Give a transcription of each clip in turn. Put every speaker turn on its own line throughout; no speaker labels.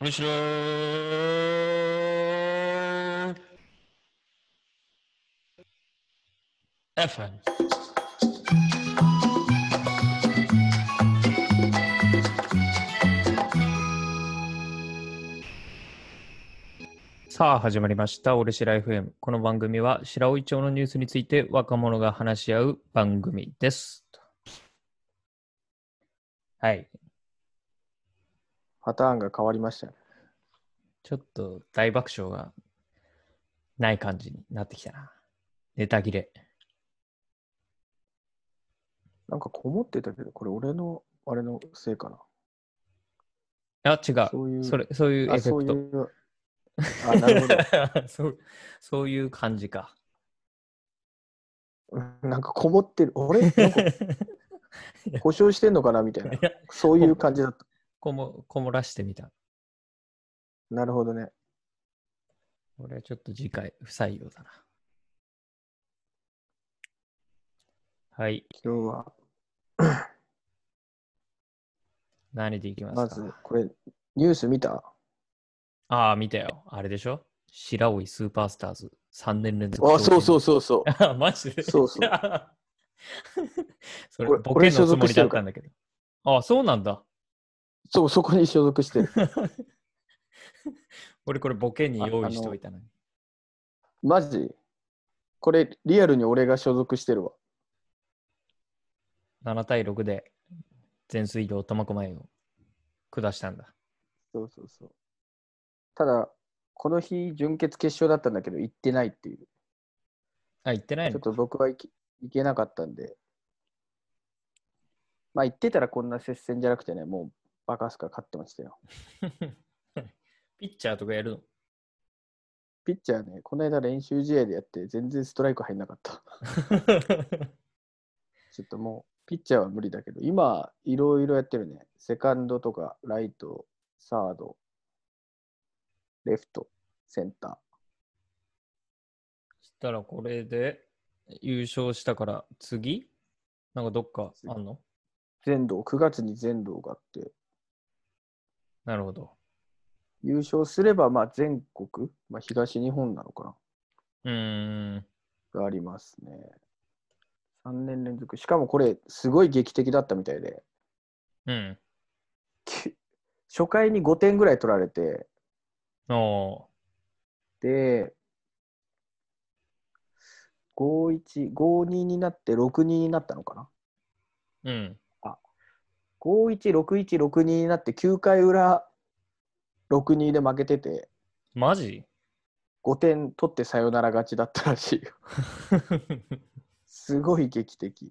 後ろ FM
さあ始まりました「俺白 FM」この番組は白老町のニュースについて若者が話し合う番組ですはい
パターンが変わりましたね。
ちょっと大爆笑がない感じになってきたなネタ切れ
なんかこもってたけど、これ俺のあれのせいか
あ違
な。
う
そういう。
それそういうエ
あ、
フ
そ
ェ
う
ク
い
ト
う。あ、なる ほ
そうそういう感じか
ど うん。なんかこもってる。俺なんか故障してんのかなみたいな。そういう感じだった。
こもこもらしてみた
なるほどね。
これはちょっと次回不採用だなはい
今日は、
何でいきますか
まず、これ、ニュース見た
ああ、見たよ。あれでしょ白老スーパースターズ3年連続。
あ、そうそうう。そうそう。
マジで
そうそう
それ
俺、
ボケ
俺所
のつも
属
り
して
だっ
るか
た
ら
んだけど。ああ、そうなんだ。
そう、そこに所属してる。
俺、これボケに
あ
用
あ
意
の
しておいたのに。
マジこれ、リアルに俺が所属してるわ。
7対6で全水量苫小牧を下したんだ。
そうそうそう。ただ、この日、準決決勝だったんだけど、行ってないっていう。
あ、言ってない
ちょ
の
っと僕は行け行けなかったんで、まあ行ってたらこんな接戦じゃなくてね、もうバカスカ勝ってましたよ。
ピッチャーとかやるの
ピッチャーね、この間練習試合でやって、全然ストライク入んなかった。 ちょっともう、ピッチャーは無理だけど、今、いろいろやってるね。セカンドとか、ライト、サード、レフト、センタ
そしたらこれで優勝したから次なんかどっかあんの
ー。全道、9月に全道があって、
なるほど。
優勝すれば、まあ全国、まあ東日本なのかな。
うーん。
がありますね。3年連続。しかもこれ、すごい劇的だったみたいで、
うん。
き初回に5点ぐらい取られて、
お
で、5-1、5-2になって6-2になったのかな。
ーうん。
5-1、6-1、6-2になって9回裏、6-2で負けてて、
マジ
5点取ってサヨナラ勝ちだったらしいよ。すごい劇的。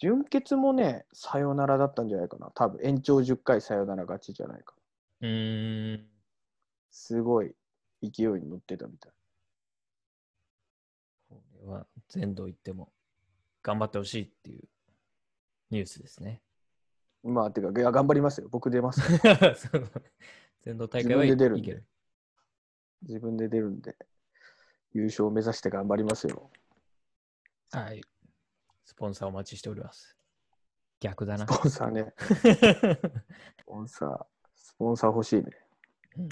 準決もね、サヨナラだったんじゃないかな。多分延長10回サヨナラ勝ちじゃないか。
うーん。
すごい勢いに乗ってたみたい。
これは全土行っても頑張ってほしいっていうニュースですね。
まあ、てか、いや、頑張りますよ。僕出ます。
そう全土大会はい
自分で出るん
い
で
ける。
自分で出るんで、優勝を目指して頑張りますよ。
はい。スポンサーお待ちしております。逆だな
ス。ポンサーね。スポンサー、スポンサー欲しいね
うん。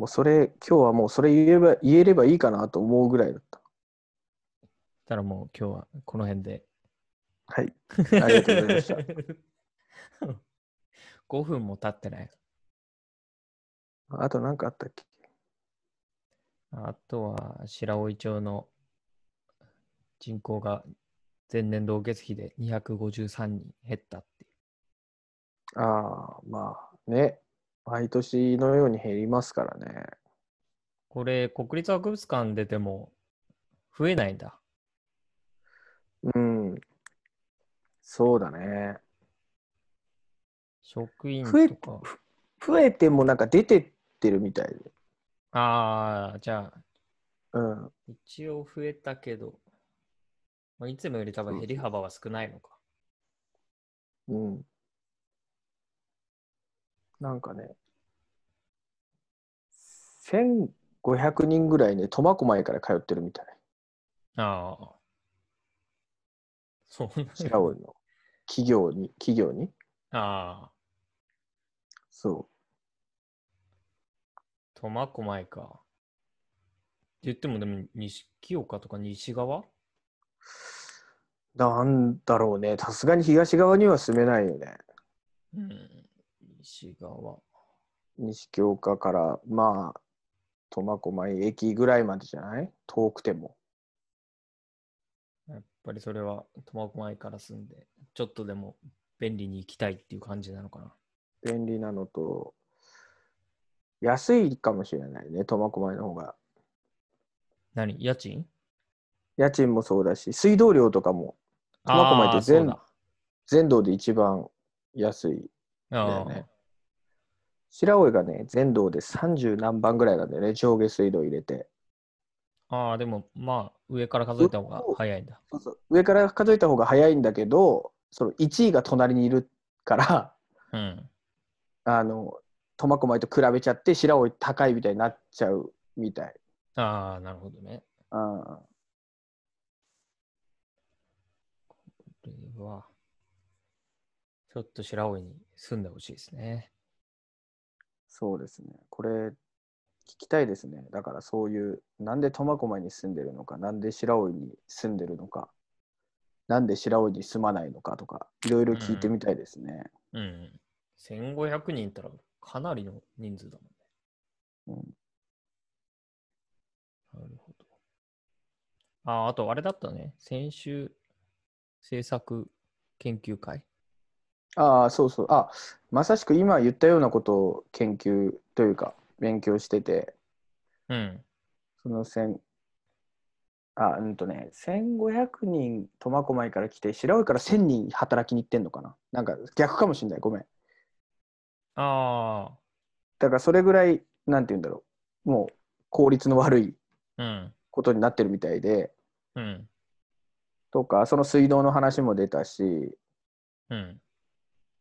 もうそれ、今日はもうそれ言えば言えればいいかなと思うぐらいだ った。
たらもう今日はこの辺で。
はい。ありがとうございま した。
5分も経ってない。
あと何かあったっけ
あとは白老町の人口が前年同月比で253人減ったっていう。
ああ、まあね。毎年のように減りますからね。
これ、国立博物館出ても増えないんだ。
うん。そうだね。
職員
増え
とか。
増えてもなんか出てってるみたいで。
ああ、じゃあ、
うん。
一応増えたけど、まあ、いつもより多分減り幅は少ないのか。
うん。なんかね、1500人ぐらいね、苫小牧から通ってるみたい。
ああ。そうなんだ
白老の企業に、企業に。
ああ、
そ
苫小牧か。って言っても、でも、西清岡とか西側
う。なんだろうね。さすがに東側には住めないよね。
うん。西側。
西京岡から、まあ、苫小牧駅ぐらいまでじゃない遠くても。
やっぱりそれは苫小牧から住んで、ちょっとでも便利に行きたいっていう感じなのかな。
便利なのと、安いかもしれないね、苫小牧の方が。
何家賃
家賃もそうだし、水道料とかも苫小牧って全
あ
全道で一番安い。
ーそうだ
だ
あ
よ
ー、
ね白老がね、全道で30何番ぐらいなんだよね、上下水道入れて。
あーでもまあ上から数えた方が早いんだ。
そうそう上から数えた方が早いんだけど、その1位が隣にいるから、
うん。
あの苫小牧と比べちゃって白老高いみたいになっちゃうみたい。
ああ、なるほどね。
あ
これは、ちょっと白老に住んでほしいですね。
そうですね。これ聞きたいですね。だからそういうなんで苫小牧に住んでるのか、なんで白老に住んでるのか、なんで白老に住まないのかとか、いろいろ聞いてみたいですね。
うん。1500人いたらかなりの人数だもんね。うん。なるほど。ああ、あとあれだったね。先週、政策研究会。
ああ、そうそう。あ、まさしく今言ったようなことを研究というか勉強してて、
うん。
その千あ、うんとね、1500人苫小牧から来て、白老から1000人働きに行ってんのかな。なんか逆かもしれない、ごめん。
あ
だからそれぐらい、なんて言うんだろう、もう効率の悪い
あ、うん。
ことになってるみたいで、
うん。
とか、その水道の話も出たし、
うん。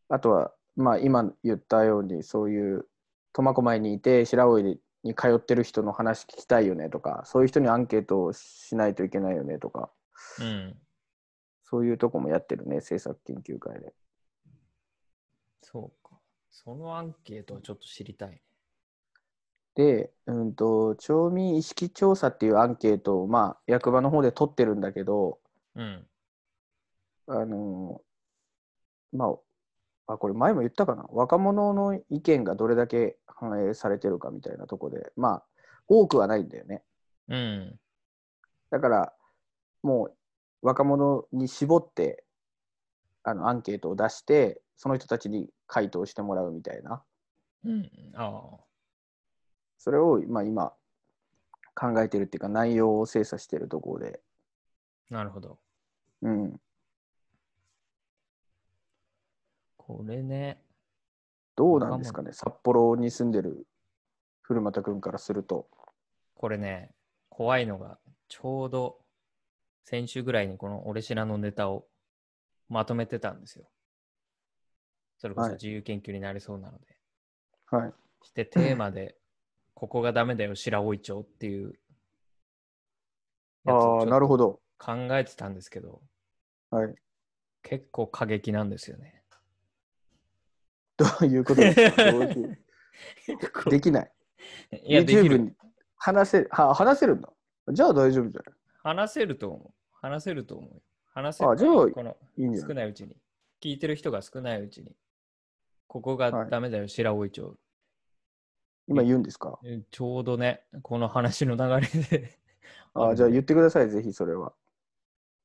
あとは、まあ、今言ったように、そういう苫小牧にいて、白老に通ってる人の話聞きたいよねとか、そういう人にアンケートをしないといけないよねとか、
うん。
そういうとこもやってるね、政策研究会で。
そうか。そのアンケートはちょっと知りたいね。
で、うんと、町民意識調査っていうアンケートを、まあ、役場の方で取ってるんだけど、
うん。
あのーまあ、あ、これ前も言ったかな、若者の意見がどれだけ反映されてるかみたいなとこで、まあ、多くはないんだよね。
うん。
だから、もう若者に絞って、あのアンケートを出して、その人たちに回答してもらうみたいな、
うん。あ
それを、まあ、今、考えてるっていうか、内容を精査してるところで、
あ、なるほど。
うん。
これね。
どうなんですかね、札幌に住んでる古俣君からすると。
これね、怖いのが、ちょうど先週ぐらいにこの俺知らのネタをまとめてたんですよ。それこ
は
そ
い
自由研究になりそうなので。
はい。
して、テーマで、ここがダメだよ、白老町っていう
あ
やつを
あー、
ち
な
ょっ
る
と
ほど。
考えてたんですけど、
はい。
結構過激なんですよね。
どういうことですかど ういう
結構
できない。
いや、でき
YouTube
る。
に話せる。は話せるんだ。じゃあ大丈夫じゃな
話せると思う。話せると思うよ。話せ
あ
る
じゃあ
この
いいいんじゃな
少
い
ないうちに、聞いてる人が少ないうちに、ここが
はい
ダメだよ、白老町。
今言うんですか。
えちょうどね、この話の流れで
ああ、じゃあ言ってください、ぜひそれは。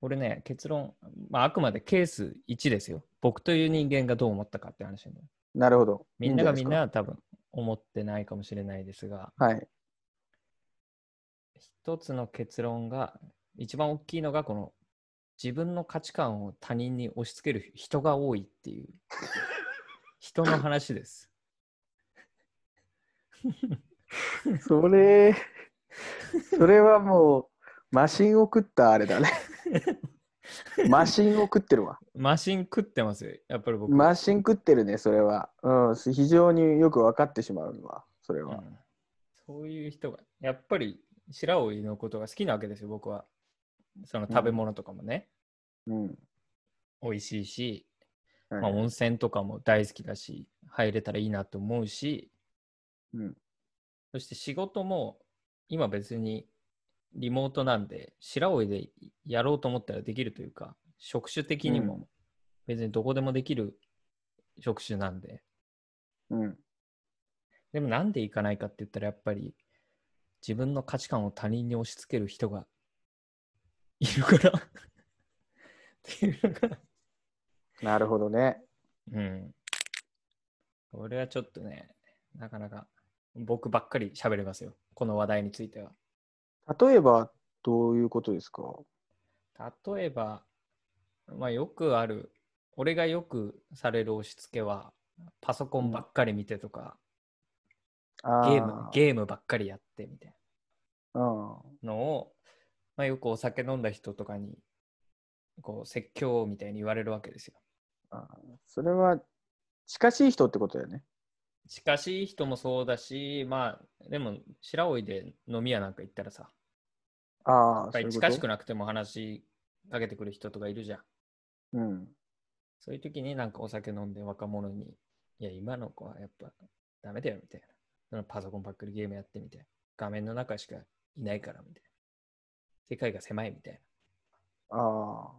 これね、結論、まあ、あくまでケース1ですよ。僕という人間がどう思ったかって話なんだよ
なるほど。
みんなが
いい
みん
じゃい
な多分思ってないかもしれないですが、
です
一つの結論が、一番大きいのが、この自分の価値観を他人に押し付ける人が多いって いう、人の話です。
か。はい。そ れ、それはもう、マシンを食ったあれ だね。マシンを食ってるわ。
マシン食ってますよ、やっぱり僕。
マシン食ってるね、それは。うん、非常によく分かってしまうわ、それは。
うんそういう人が、やっぱり白老のことが好きなわけですよ、僕は。その食べ物とかもね、
うん、
美味しいし、
はい
まあ、温泉とかも大好きだし、入れたらいいなと思うし、
うん
そして仕事も今別にリモートなんで、白老でやろうと思ったらできるというか、職種的に
う
も別にどこでもできる職種なんで、
うん。
でもなんで行かないかって言ったらやっぱり自分の価値観を他人に押し付ける人がいるからっていうのが、
なるほどね。
うん。これはちょっとね、なかなか僕ばっかり喋れますよ。この話題については。
例えば、どういうことですか
例えば、まあよくある、俺がよくされる押し付けは、パソコンばっかり見てとか、
あ
ゲーム、ゲームばっかりやってみたいな。
うん。
のを、まあ、よくお酒飲んだ人とかにこう説教みたいに言われるわけですよ。
あーそれは、近しい人ってことだよね。
近しい人もそうだし、まあ、でも白老で飲み屋なんか行ったらさ、
あ
や
あ、
っ
そ
ぱ
うい
り
うこ
近
と
しくなくても話しかけてくる人とかいるじゃん。
うん。
そういう時になんかお酒飲んで若者に、いや、今の子はやっぱダメだよみたいな。そのパソコンばっかりゲームやってみたいな。画面の中しかいないからみたいな。世界が狭いみたいな。
ああ、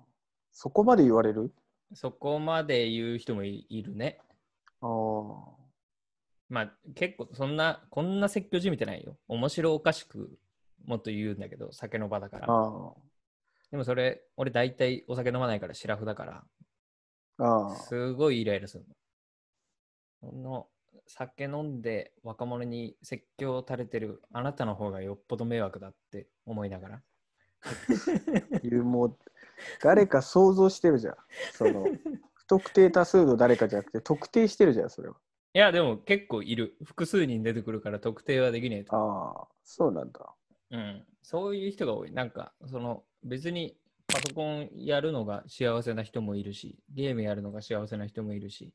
そこまで言われる
そこまで言う人もいいるね。
ああ。
まあ結構そんなこんな説教じみてないよ。面白おかしくもっと言うんだけど酒の場だから。
あ
でもそれ俺大体お酒飲まないからシラフだから
あ、ああ、
すごいイライラするの。この酒飲んで若者に説教を垂れてるあなたの方がよっぽど迷惑だって思いながら。
いうもう、誰か想像してるじゃん。その、不特定多数の誰かじゃなくて、特定してるじゃん、それは。
いやでも結構いる。複数人出てくるから特定はできねえと。
ああ、そうなんだ。
うん、そういう人が多い。なんか、その別にパソコンやるのが幸せな人もいるし、ゲームやるのが幸せな人もいるし、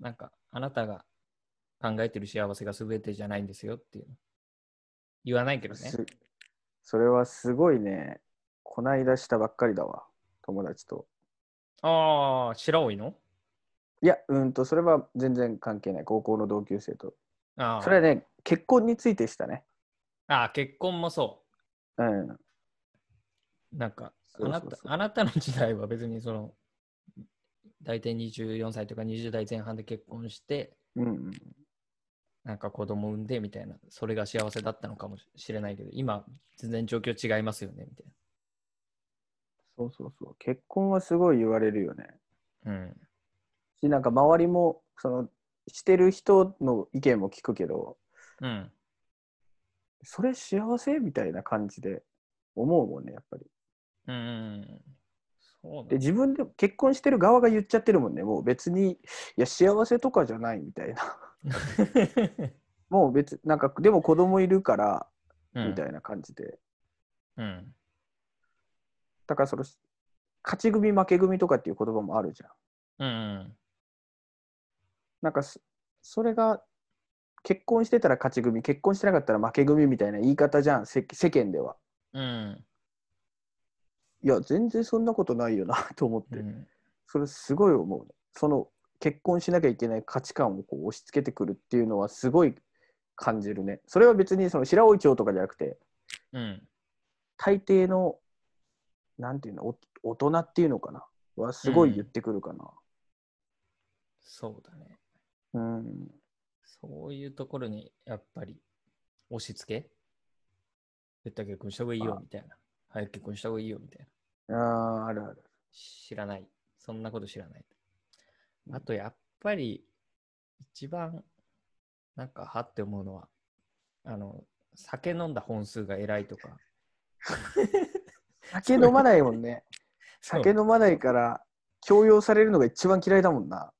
なんか、あなたが考えてる幸せが全てじゃないんですよっていうの。言わないけどね。
すそれはすごいね。こないだしたばっかりだわ、友達と。
ああ、白老の
いや、うんと、それは全然関係ない、高校の同級生と。
あー
それはね、結婚についてしたね。
あー、結婚もそ
うん。
う。なんか、
そう
あ
そう
な
そう
たあなたの時代は別にその、大体24歳とか20代前半で結婚して、
うんうん、
なんか子供産んでみたいな、それが幸せだったのかもしれないけど、今、全然状況違いますよねみたい
そうそうそう。結婚はすごい言われるよね。
な。うん。
し、なんか周りも、その、してる人の意見も聞くけど、
うん。
それ幸せみたいな感じで思うもんね、やっぱり。
うんうん。そう
で、
だね。
自分で結婚してる側が言っちゃってるもんね、もう別に、いや、幸せとかじゃないみたいな。 もう別、なんか、でも子供いるから、みた
い
いな感じで。
な。うん。
だからその、勝ち組負け組とかっていう言葉もあるじゃん。
うんうん。
なんかそ、それが、結婚してたら勝ち組、結婚してなかったら負け組みたいな言い方じゃん、世世間では。
うん。
いや、全然そんなことないよな と思って、
うん。
それすごい思うね。その、結婚しなきゃいけない価値観をこう押し付けてくるっていうのはすごい感じるね。それは別にその白老町とかじゃなくて、
うん。
大抵の、なんていうの、お大人っていうのかな、はすごい言ってくるかな。
そうだね。
うん
そういうところに、やっぱり、押し付け絶対結婚した方がいいよみたいな。早く結婚した方がいいよみたいな。
ああ、あるある。
知らない。そんなこと知らない。あと、やっぱり、一番、なんか、はって思うのは、あの、酒飲んだ本数が偉いとか。
酒飲まないもんね。酒飲まないから、強要されるのが一番嫌いだもんな。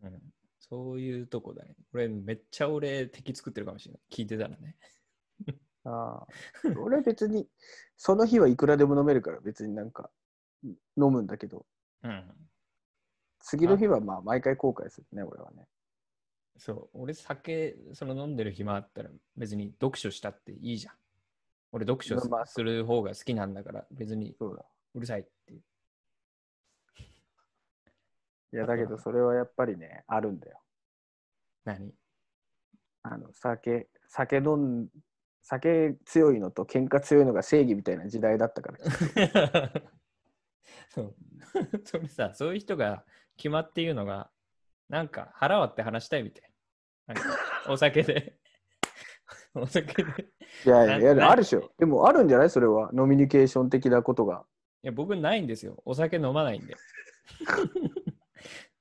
そう,、ん、そういうとこだね。これ、めっちゃ俺、敵作ってるかもしれない。聞いてたらね。
あー俺別に、その日はいくらでも飲めるから、別になんか、飲むんだけど、
うん。
次の日はまあ、毎回後悔するね、俺はね。
そう、俺、酒、その飲んでる暇あったら、別に読書したっていいじゃん。俺、読書
まあ
する方が好きなんだから、別に
そうだ。
うるさいっていう。
いや、だけどそれはやっぱりね、あるんだよ。
何
あの、酒、酒飲ん、酒強いのと喧嘩強いのが正義みたいな時代だった から。
そうそれさ、そういう人が決まって言うのが、なんか腹割って話したいみたい。なんかお酒で。お酒で。い
いやいや、いや
な
あるでしょ。でもあるんじゃないそれは。ノミニケーション的なことが。
や、僕ないんですよ。お酒飲まないんで。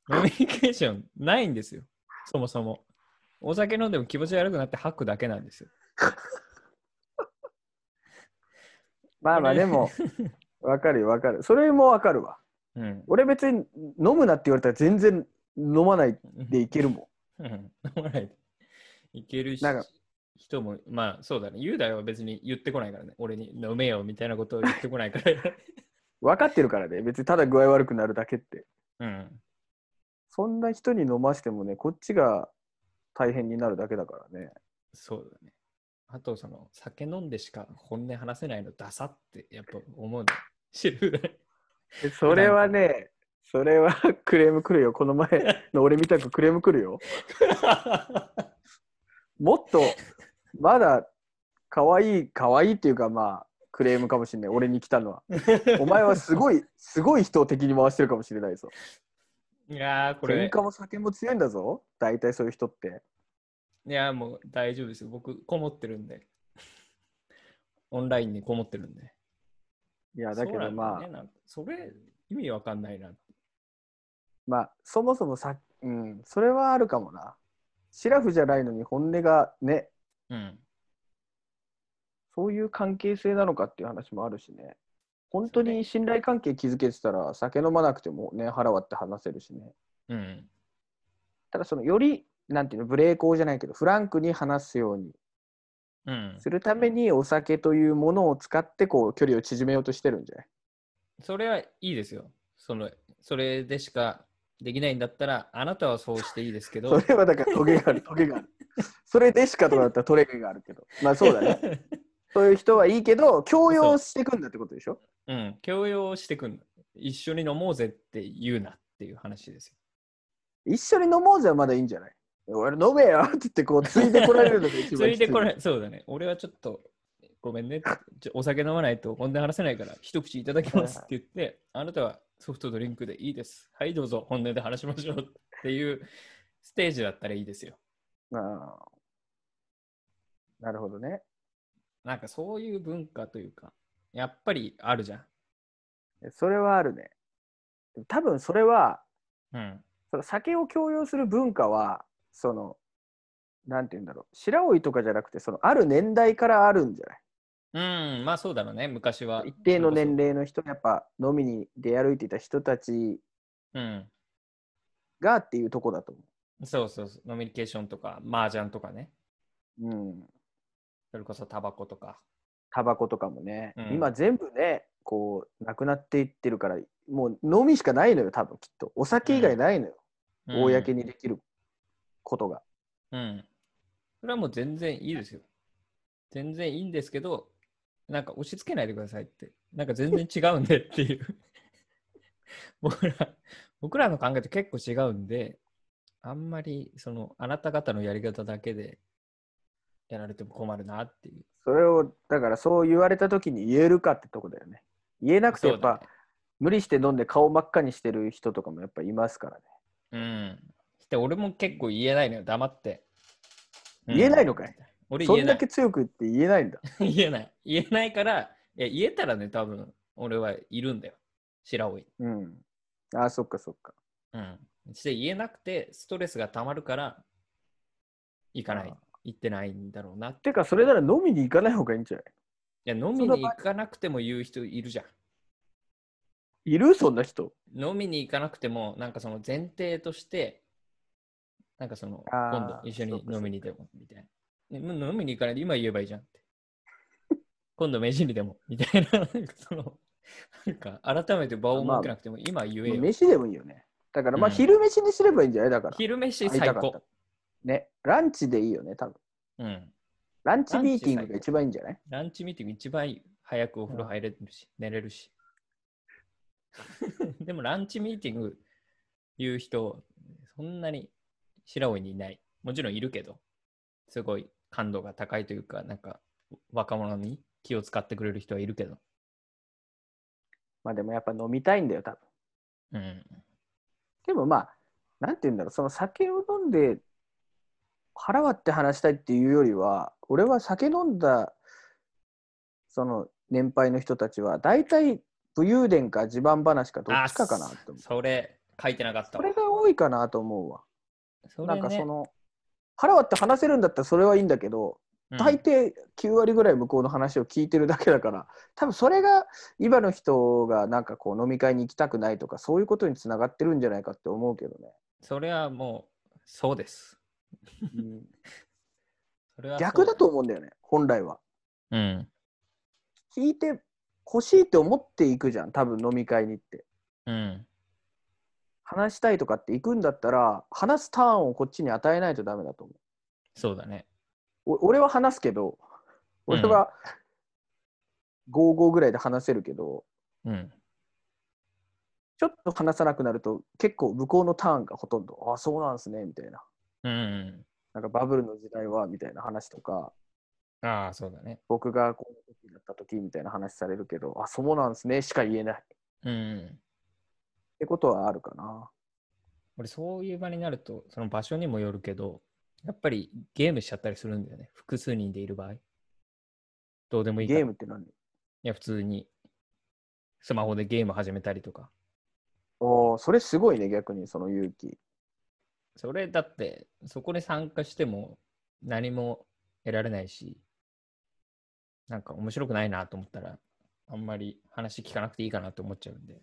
飲みニケーションないんですよ。そもそも。お酒飲んでも気持ち悪くなって吐くだけなんですよ。
まあまあ、
これ
でも、 わかるよ、わかる。それもわかるわ。
うん。
俺別に飲むなって言われたら全然飲まないでいけるも
う
ん。
ん飲ま ないで。いけるし
なんか
人も、まあそうだね。雄大は別に言ってこないからね。俺に飲めよみたいなことを言ってこないから。
分かってるからね。別にただ具合悪くなるだけって。
うん。
そんな人に飲ましてもね、こっちが大変になるだけだからね。
そうだね。あと、その、酒飲んでしか本音話せないのダサってやっぱ思うね。知る
えそれはね、それはクレーム来るよ。この前の俺みたくク レーム来るよ。もっと、まだ、可愛い可愛いっていうか、まあ、クレームかもしれない。俺に来たのは。お前は すごい、すごい人を敵に回してるかもしれないぞ。
いやー、こ
喧
れ、
嘩も酒も強いんだぞ。大体そういう人って。
いやー、もう大丈夫ですよ。僕、こもってるんで。オンラインにこもってるんで。
いや、だけどま
そうなん
あ、
だよねなんかそれ、意味わかんないな。
まあ、そもそもさ、うん、それはあるかもな。シラフじゃないのに本音がね、
うん。
そういう関係性なのかっていう話もあるしね。本当に信頼関係築けてたら、酒飲まなくてもね、腹割って話せるしね。
うん。
ただ、そのより、なんていうの、無礼講じゃないけど、フランクに話すように
うん。
するために、お酒というものを使って、こう、距離を縮めようとしてるんじゃない
それはいいですよ。その、それでしかできないんだったら、あなたはそうしていいですけど
そ。れはだから、トゲがある、トゲがある。それでしかとかだったら、トレゲがあるけど。まあ、そうだね。
ね。
そういう人はいいけど、強要していくんだってことでしょ
うん、強要してくんの。一緒に飲もうぜって言うなっていう話ですよ。
一緒に飲もうぜはまだいいんじゃない俺飲めよって言ってこうついてこられるのが一番きつ
それでこれ、そうだね。俺はちょっと、ごめんね。ちょお酒飲まないと本音話せないから、一口いただきますって言って、あなたはソフトドリンクでいいです。はい、どうぞ、本音で話しましょうっていうステージだったらいいですよ。
あーなるほどね
なんかそういう文化というか、やっぱりあるじゃん。
それはあるね多分それは
うん。
その酒を強要する文化はそのなんて言うんだろう白老とかじゃなくてそのある年代からあるんじゃない
うん、まあそうだろうね。昔は。
一定の年齢の人やっぱ飲みに出歩いていた人たち
うん。
がっていうとこだと
そうそうそう。ノミニケーションとか、麻雀とかね。
思う、うん、
それこそタバコとか。
タバコとかもね、
うん
今全部ねこうなくなっていってるからもう飲みしかないのよ多分きっとお酒以外ないのよ、
うん
公にできることが、
うん。それはもう全然いいですよ。全然いいんですけど、なんか押し付けないでくださいって。なんか全然違うんでっていう。 僕ら、僕らの考えと結構違うんで、あんまり、その、あなた方のやり方だけでやられても困るなっていう。
それをだからそう言われた時に言えるかってとこだよね言えなくてやっぱ、無理して飲んで顔真っ赤にしてる人とかもやっぱいますからね、
そうだね。うん。で、俺も結構言えないのよ、黙って。うん
言えないのかい
俺
そ
言え
ん
な
だ
い。
け強く言って言えないんだ
言えない。言えないから、いや言えたらね、多分、俺はいるんだよ。白老に。
うんあーそっかそっか
うん。して言えなくて、ストレスが溜まるから、行かない
あー。
行ってないんだろうな。い
てかそれなら飲みに行かない方がいいんじゃない
や、飲みに行かなくても言う人いるじゃん。
いるそんな人
飲みに行かなくても、なんかその前提として、なんかその、
あー
今度一緒に飲みにでも、みたいな。ねもう飲みに行かないで今言えばいいじゃんって。今度飯にでも、みたいな。なん かその、なんか改めて場を設けなくても、今言えよ。
飯でもいいよねだからまあ
うん
昼飯にすればいいんじゃないだから
昼飯
会いた
最
かった
高。
ね、ランチでいいよね、多分
うん。
ランチミーティングが一番いいんじゃない
ランチミーティング一番いい早くお風呂 入れるし、寝れるし。でもランチミーティングいう人、そんなに白老にいない。もちろんいるけど、すごい感度が高いというか、なんか若者に気を使ってくれる人はいるけど。
まあでもやっぱ飲みたいんだよ、多
う
分。
ん。
でもまあ、なんて言うんだろう、その酒を飲んで腹割って話したいっていうよりは、俺は酒飲んだその年配の人たちは、大体武勇伝か地盤話かどっちかかなと思う。
そそれ、書いてなかった
そ
わ
れが多いかなと思うわ。
それ
な
ね
んかその、腹割って話せるんだったらそれはいいんだけど、
うん
大抵9割ぐらい向こうの話を聞いてるだけだから多分それが今の人がなんかこう飲み会に行きたくないとかそういうことにつながってるんじゃないかって思うけどね、
それはもう、そうです。それはそう
逆だと思うんだよね本来は
うん。
聞いて欲しいって思っていくじゃん多分飲み会に行って
うん。
話したいとかって行くんだったら話すターンをこっちに与えないとダメだと思
そうだね。
うお俺は話すけど
うん
俺は55ぐらいで話せるけど、
うん。
ちょっと話さなくなると結構向こうのターンがほとんど、ああ、そうなんすね、みたいな。
うん、
なんかバブルの時代は、みたいな話とか、
うん。ああ、そうだね。
僕がこの時だった時みたいな話されるけど、あ、そうなんすね、しか言えない。っ
うん。
てことはあるかな。
俺、そういう場になると、その場所にもよるけど、やっぱりゲームしちゃったりするんだよね。複数人でいる場合。どうでもいいから
ゲームって何
いや、普通に、スマホでゲーム始めたりとか。
おお、それすごいね、逆にその勇気。
それだって、そこに参加しても何も得られないし、なんか面白くないなと思ったら、あんまり話聞かなくていいかなと思っちゃうんで。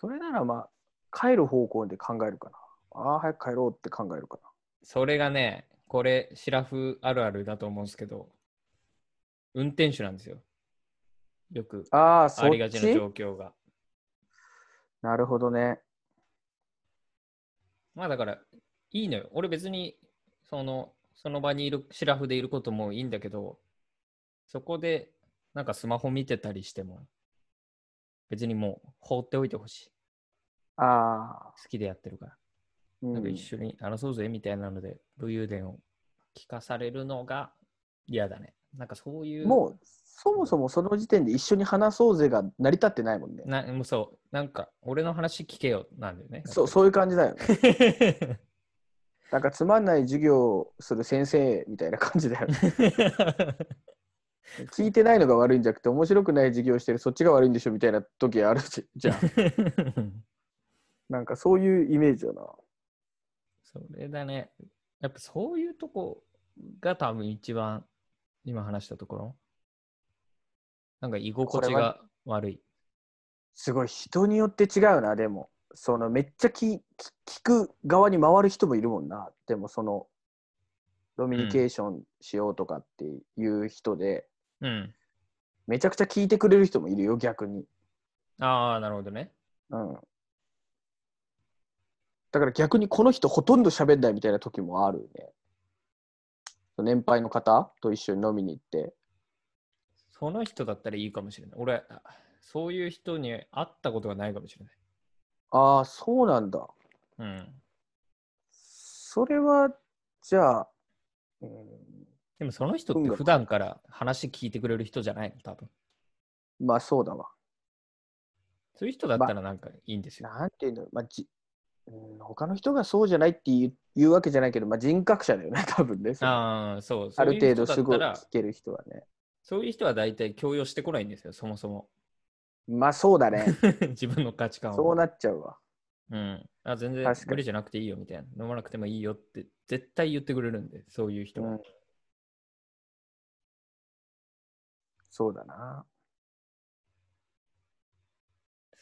それならまあ、帰る方向で考えるかな。ああ、早く帰ろうって考えるか
それがね、これ、シラフあるあるだと思うんですけど、運転手なんですよ。よく
な。ああ、
あ
そ
りが
っ
ちな状
ち
況が。
なるほどね。
まあだから、いいのよ。俺別に、その、その場にいる、シラフでいることもいいんだけど、そこで、なんかスマホ見てたりしても、別にもう放っておいてほしい。
ああ、
好きでやってるから。
う
なんか
ん
一。緒に争そうぜみたいなので、武勇伝を聞かされるのが嫌だね。なんかそういう。
もう、そもそもその時点で一緒に話そうぜが成り立ってないもんね。
なもうそう、なんか俺の話聞けよなんだよね。
そう、
う。
そういう感じだよね。なんかつまんない授業をする先生みたいな感じだ よね。聞いてないのが悪いんじゃなくて、面白くない授業してるそっちが悪いんでしょみたいな時あるじじゃん。 なんかそういうイメージだな。
それだね。やっぱそういうとこが多分一番今話したところ。なんか居心地
これ
が悪い。
すごい、人によって違うな、でも。そのめっちゃ聞聞聞く側に回る人もいるもんな。でもその、コミュニケーションしようとかっていう人で、
うん。
めちゃくちゃ聞いてくれる人もいるよ、逆に。
ああ、なるほどね。
うん。だから逆にこの人ほとんど喋んないみたいな時もあるね。年配の方と一緒に飲みに行って。
その人だったらいいかもしれない。俺、あそういう人に会ったことがないかもしれ
ああ、そうなんだ。
ない。うん。
それは、じゃあ、うん、
でもその人っ
運
て
が
普段から話聞いてくれる人じゃないの、多分。
まあそうだわ。
そういう人だったらなんかいいんですよ。
なんていうの、まあじうん、他の人がそうじゃないって言う言うわけじゃないけど、まあ、人格者だよね、 多分ね。その
ああ、そう。
ある程度す
そういう人だ
ご
っ
い
たら
聞ける人はね。
そういう人は大体強要してこないんですよ、そもそも。
まあそうだね。
自分の価値観を。
そうなっちゃうわ。
うん、あ全然
確かに
無理じゃなくていいよみたいな。飲まなくてもいいよって絶対言ってくれるんで、そういう人
う
は。
ん、そうだな。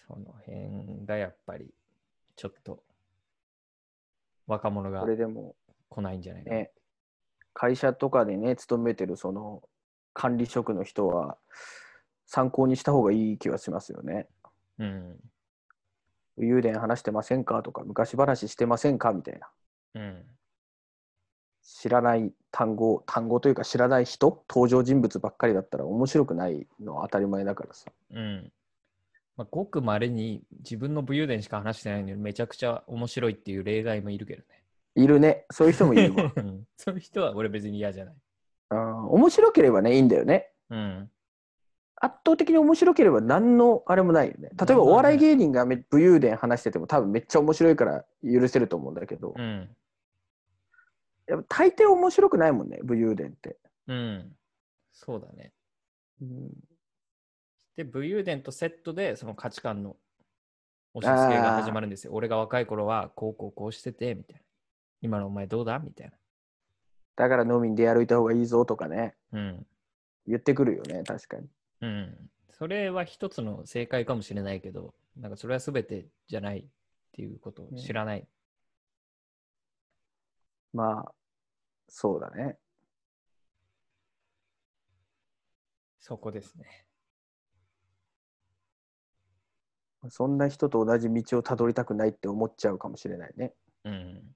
その辺がやっぱりちょっと若者が
これでも、
来ないんじゃないかな。
ね、会社とかでね、勤めてるその管理職の人は、参考にした方がいい気はしますよね。
うん。
幽霊話してませんかとか、昔話してませんかみたいな。
うん。
知らない単語、単語というか知らない人、登場人物ばっかりだったら面白くないのは当たり前だからさ。
うん。まあ、ごくまれに自分の武勇伝しか話してないのにめちゃくちゃ面白いっていう例外もいるけどね。
いるね。そういう人もい る わ。
うんそういう人は俺別に嫌じゃない。
あー面白ければね、いいんだよね。
うん。
圧倒的に面白ければ何のあれもないよね。例えばお笑い芸人がめ武勇伝話してても多分めっちゃ面白いから許せると思うんだけど、
うん。
やっぱ大抵面白くないもんね、武勇伝って。
うん。そうだね。
うん、
で、武勇伝とセットでその価値観の押し付けが始まるんですよ。俺が若い頃はこうこうこうしてて、みたいな。今のお前どうだみたい
だから飲みに出歩いた方がいいぞとかね、
な。うん。
言ってくるよね、確かに。
うん。それは一つの正解かもしれないけど、なんかそれは全てじゃないっていうことを知らない。
まあ、そうだね。
そこですね。
そんな人と同じ道をたどりたくないって思っちゃうかもしれないね。
うん。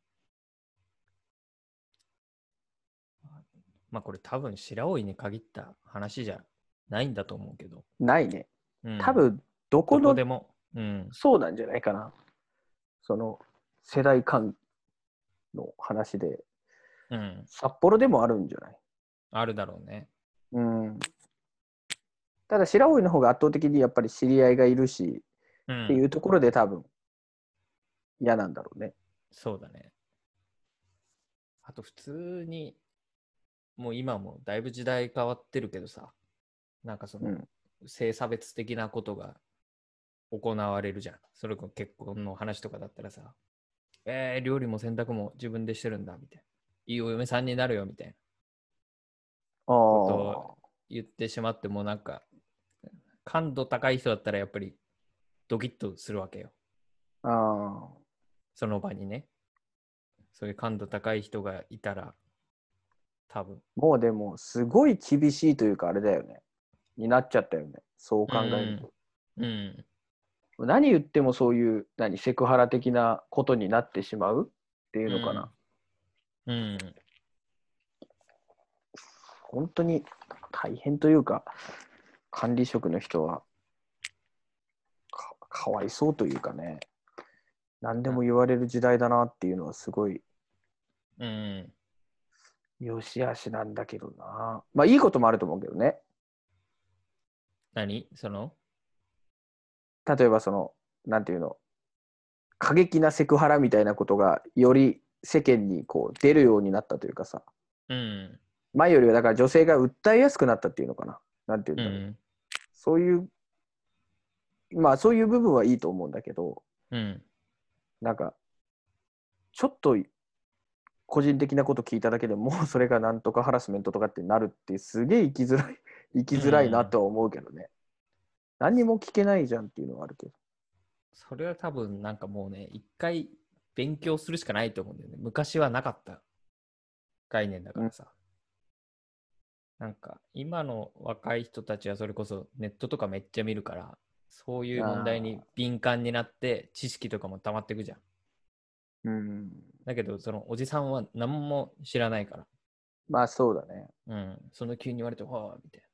まあこれ多分白老に限った話じゃないんだと思うけど。
ないね。
うん
多分、どこ
ど
の、
こでも。うん。
そうなんじゃないかな。その、世代間の話で、
うん。
札幌でもあるんじゃない
あるだろうね。
うん。ただ、白老の方が圧倒的にやっぱり知り合いがいるし、
うん。
っていうところで多分、嫌なんだろうね。
そうだね。あと普通に、もう今もだいぶ時代変わってるけどさ、なんかその、
うん
性差別的なことが行われるじゃん。それこそ結婚の話とかだったらさ、えー、料理も洗濯も自分でしてるんだ、みたいな。いいお嫁さんになるよ、みたいな。
ああ。
言ってしまっても、なんか、感度高い人だったらやっぱりドキッとするわけよ。
あ
その場にね。そういう感度高い人がいたら、多分。
ーもうでも、すごい厳しいというか、あれだよね。になっちゃったよね。そう考えると。
うん。
何言ってもそういう、何、セクハラ的なことになってしまうっていうのかな。
うん。
本当に大変というか、管理職の人はか、かわいそうというかね、何でも言われる時代だなっていうのはすごい、
うん。
よしあしなんだけどな。まあ、いいこともあると思うけどね。
何その
例えばそのなんていうの過激なセクハラみたいなことがより世間にこう出るようになったというかさ
うん。
前よりはだから女性が訴えやすくなったっていうのかななんてい
う
う
ん
だろう、
ん。
そういうまあそういう部分はいいと思うんだけど
うん。
なんかちょっと個人的なこと聞いただけでも うそれがなんとかハラスメントとかってなるってすげえ生きづらい 生きづらいなとは思うけどね、何にも聞けないじゃんっていうのはあるけど
それは多分なんかもうね、一回勉強するしかないと思うんだよね。昔はなかった概念だからさ。なんか今の若い人たちはそれこそネットとかめっちゃ見るから、そういう問題に敏感になって知識とかも溜まってくじゃん。
うん
だけど、そのおじさんは何も知らないから。
まあそうだね
うん。その急に言われて、はあ、みたいな。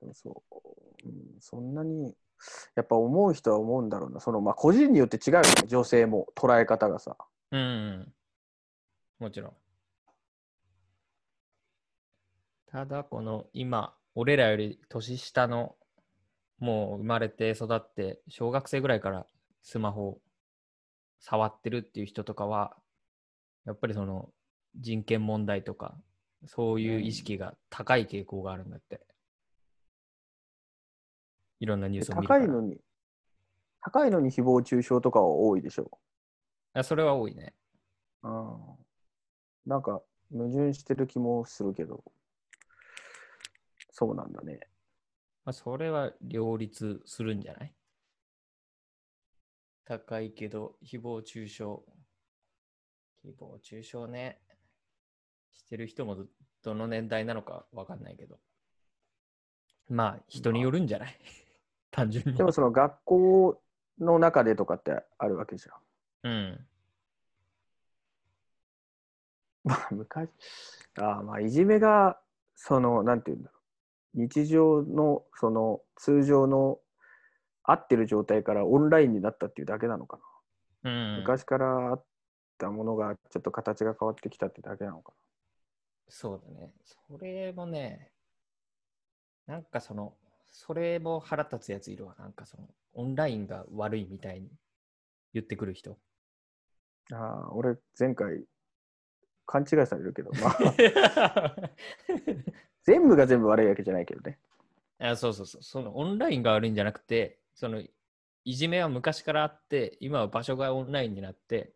でもそう、うん、そんなにやっぱ思う人は思うんだろうなそのまあ個人によって違うよね女性も捉え方がさ
うんうん。もちろん。ただ、この今、俺らより年下の、もう生まれて育って、小学生ぐらいからスマホを触ってるっていう人とかは、やっぱりその人権問題とか、そういう意識が高い傾向があるんだって。いろんなニュースを見るか
高
ら。
いのに高いのに誹謗中傷とかは多いでしょ
あそれは多いね。
う、うん、なんか矛盾してる気もするけどそうなんだね
まあ、それは両立するんじゃない高いけど、誹謗中傷。誹謗中傷ね。してる人もどどの年代なのかわかんないけど。まあ、人によるんじゃない単純に
で。もその学校の中でとかってあるわけじゃ
う
ん
ん。
まあ昔あーまあいじめがそのなんて言うんだろう日常のその通常の合ってる状態からオンラインになったっていうだけなのか
うん
な、。昔からあったものがちょっと形が変わってきたってだけなのか
そうだね。それもね、なんかその、それも腹立つやついるわ。なんかその、オンラインが悪いみたいに言ってくる 人。
なああ俺前回勘違いされるけど、まあ、全部が全部悪いわけじゃないけどね
あそうそうそう。そのオンラインが悪いんじゃなくて、その、いじめは昔からあって、今は場所がオンラインになって、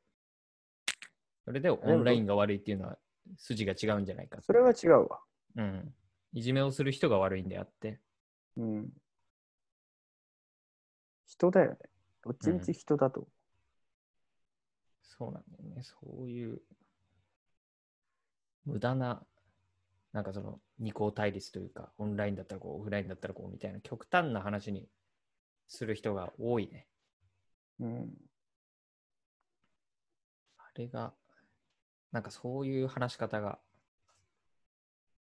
それでオンラインが悪いっていうのは筋が違うんじゃないか。
それは違うわ
うん。いじめをする人が悪いんであって。
うん人だよねどっちみち人だと思う、
そうなんだよね。そういう、無駄な、なんかその二項対立というか、オンラインだったらこう、オフラインだったらこうみたいな極端な話にする人が多いね。
うん、
あれが、なんかそういう話し方が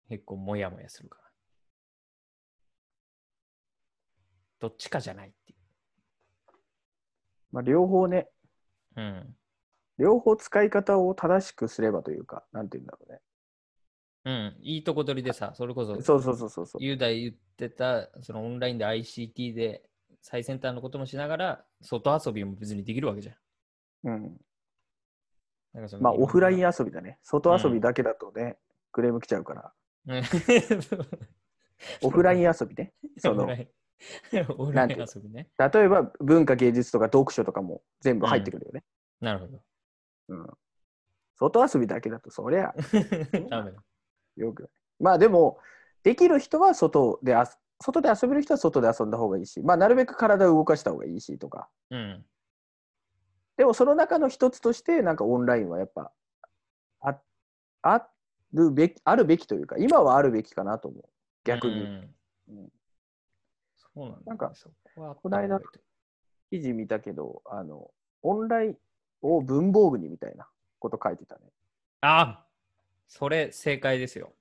結構モヤモヤするから。どっちかじゃないってい
まあ両方ね
う。うん。
両方使い方を正しくすればというかなんて言うんだろうね
うん。いいとこ取りでさ、それこそ、
そうそうそうそうそう
雄大言ってたそのオンラインで ICT で最先端のこともしながら外遊びも別にできるわけじゃん。
うん、
なんかその
まあオフライン
や。
遊びだね。外遊びだけだとね、クレーム来ちゃうから。
うん
オフライン遊びね。そ
オ
の
フラ
例
インオフライン遊びね。
えば文化芸術とか読書とかも全部入ってくるよね。
なるほど。
うん外遊びだけだとそりゃ
ダメだ。
よくない。まあでもできる人は外であ外で遊べる人は外で遊んだ方がいいし、まあ、なるべく体を動かした方がいいしとか。
うん。
でもその中の一つとしてなんかオンラインはやっぱああるべきあるべきというか今はあるべきかなと思う逆に。
うん
うん
そうなんだ、ね。
なんか
そこは
この間記事見たけど、あの、オンラインを文房具にみたいなこと書いてたね。
あそれ正解ですよ。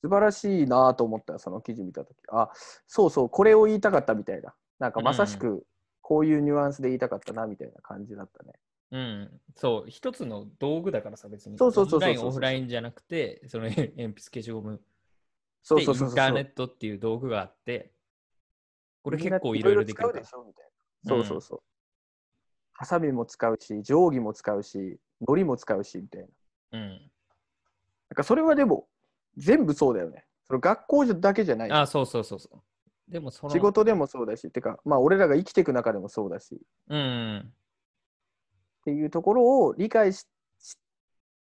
素晴らしいなと思った、その記事見たとき。あ、そうそう、これを言いたかったみたいな。なんかまさしく、こういうニュアンスで言いたかったなみたいな感じだったね。
うん、そう、一つの道具だからさ、別に。
そうそうそうそ
オ
う
ンライン、オフラインじゃなくて、その鉛筆消しゴム
そう
で
そうそう
イ
そ
ン
う。
ターネットっていう道具があって、これ
みんな
結構いろいろでき
使
る
う
から
でしょみたいな。そうそうそう。ハサミも使うし、定規も使うし、糊も使うしみたいな。
うん。
なんかそれはでも、全部そうだよね。その学校だけじゃない。
あ、そうそうそうそう。でもその、
仕事でもそうだし、てか、まあ俺らが生きていく中でもそうだし。
うん。
っていうところを理解しし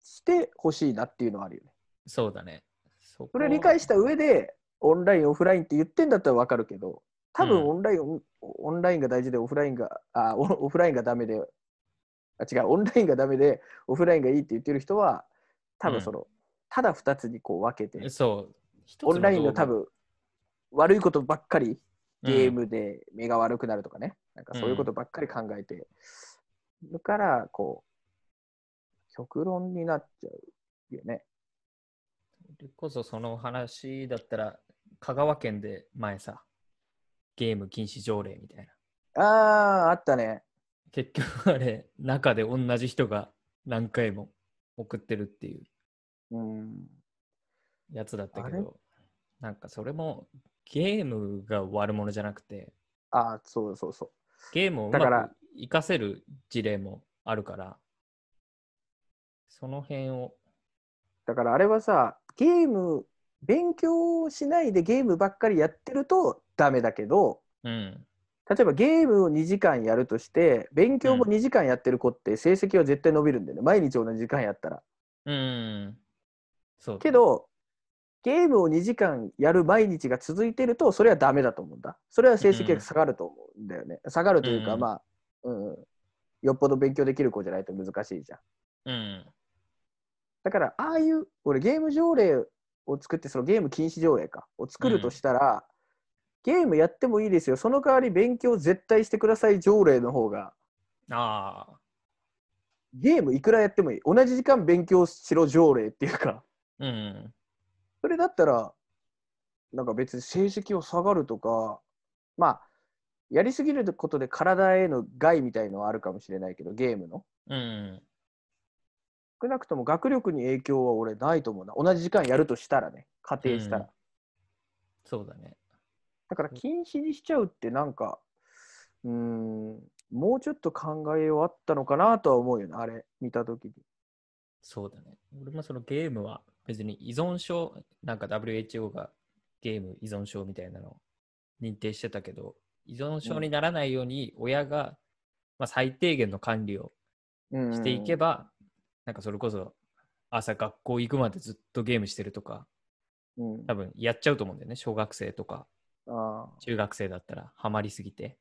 してほしいなっていうのはあるよね。
そうだね。そ。
それを理解したた上でオンラインオフラインって言ってんだったら分かるけど多
う
分
ん
オンライン、オンラインが大事でオフラインがあ オオフラインがダメであ違うオンラインがダメでオフラインがいいって言ってる人は多分その、ただ2つにこう分けて
そう。一つ道
オ
具
ンラインの多、分悪いことばっか
う
り
ん
ゲームで目が悪くなるとかね、なんかそういうことばっかり考えて、だからこう極論になっちゃうよね。
それこそその話だったら、香川県で前さ、ゲーム禁止条例みたいな。
あああったね。
結局あれ、中で同じ人が何回も送ってるっていう
うん
やつだったけ
あれ
ど、なんかそれもゲームが悪者じゃなくて、
ああそうそうそう。
ゲームをう
だから
まく活かせる事例もあるから、その辺を、
だからあれはさゲーム勉強をしないでゲームばっかりやってるとダメだけど
うん、
例えばゲームを2時間やるとして勉強も
うん
2時間やってる子って成績は絶対伸びるんだよね、毎日同じ時間やったら。
うん、そうだね
け、どゲームを2時間やる毎日が続いてるとそれはダメだと思うんだそれは成績が下がると思うんだよね、下がるというか、
うん
まあ、うん、よっぽど勉強できる子じゃないと難しいじゃん
うん、
だからああいう俺ゲーム条例を作ってそのゲーム禁止条例かを作るとしたら、ゲームやってもいいですよその代わり勉強絶対してください条例の方が
ああ、
ゲームいくらやってもいい同じ時 間勉強しろ条例っていうか
うん、
それだったらなんか別に成績を下がるとか、まあ、やりすぎることで体への害みたいのはあるかもしれないけど、ゲームの。
うん。
少なくとも学力に影響は俺ないと思うな。同じ時間やるとしたらね、仮定したら。
うんそうだね。
だから禁止にしちゃうってなんか、うーん、もうちょっと考えようあったのかなとは思うよね、あれ見たときに。
そうだね。俺もそのゲームは別に依存症、なんか WHO がゲーム依存症みたいなのを認定してたけど、依存症にならないように親が、まあ、最低限の管理を
うん
していけば、なんかそれこそ朝学校行くまでずっとゲームしてるとか、
うん、
多分やっちゃうと思うんだよね。小学生とか
あー
中学生だったらハマりすぎて。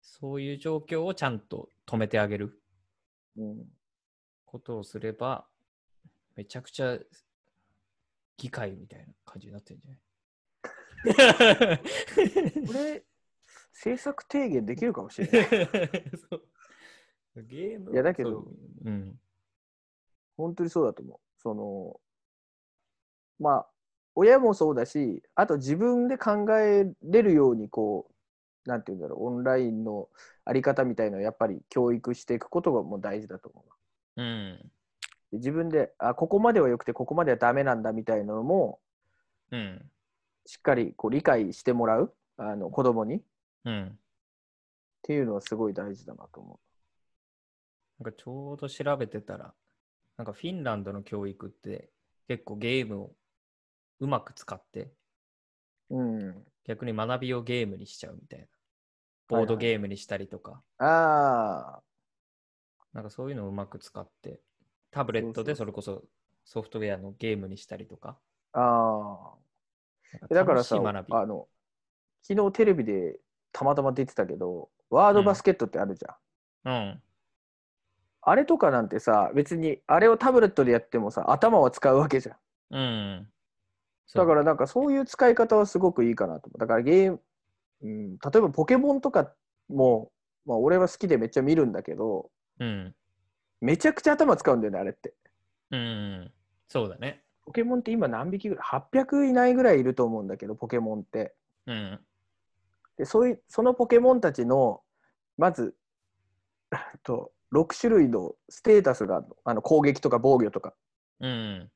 そういう状況をちゃんと止めてあげる
うん、
ことをすれば、めちゃくちゃ議会みたいな感じになってるんじゃ ない
これ、政策提言できるかもしれ ない。
そうゲームはい
やだけど
そううん。
本当にそうだと思う。そのまあ親もそうだしあと自分で考えれるようにこうなんて言うんだろうオンラインのあり方みたいのをやっぱり教育していくことがもう大事だと思
う
う。
ん。
で自分であここまでは良くてここまではダメなんだみたいなのも
うん。
しっかりこう理解してもらうあの子供にっ
うん。
ていうのはすごい大事だなと思
なんかちょうど調べてたら、なんかフィンランドの教育って結構ゲームをうまく使って、
う。うん、
逆に学びをゲームにしちゃうみたいな。ボードゲームにしたりとか、
ああ
なんかそういうのをうまく使って、タブレットで
そ
そうれこそソフトウェアのゲームにしたりとか。
ああ。
なん
だからさ、
楽しい学び
あの、昨日テレビでたまたま出てたけど、ワードバスケットってあるじゃん。
うん。
あれとかなんてさ、別にあれをタブレットでやってもさ、頭は使うわけじゃん。
うん。、
だかららなんかそういう使い方はすごくいいかなと思う。だからゲーム、うん、例えばポケモンとかも、まあ俺は好きでめっちゃ見るんだけど、
うん。
めちゃくちゃ頭使うんだよね、あれって。
うん。そうだね。
ポケモンって今何匹ぐらい ?800 いないぐらいいると思うんだけど、ポケモンって。
うん。
でそういうそのポケモンたちのまずえっと6種類のステータスがあるのあの攻撃とか防御とか
うん。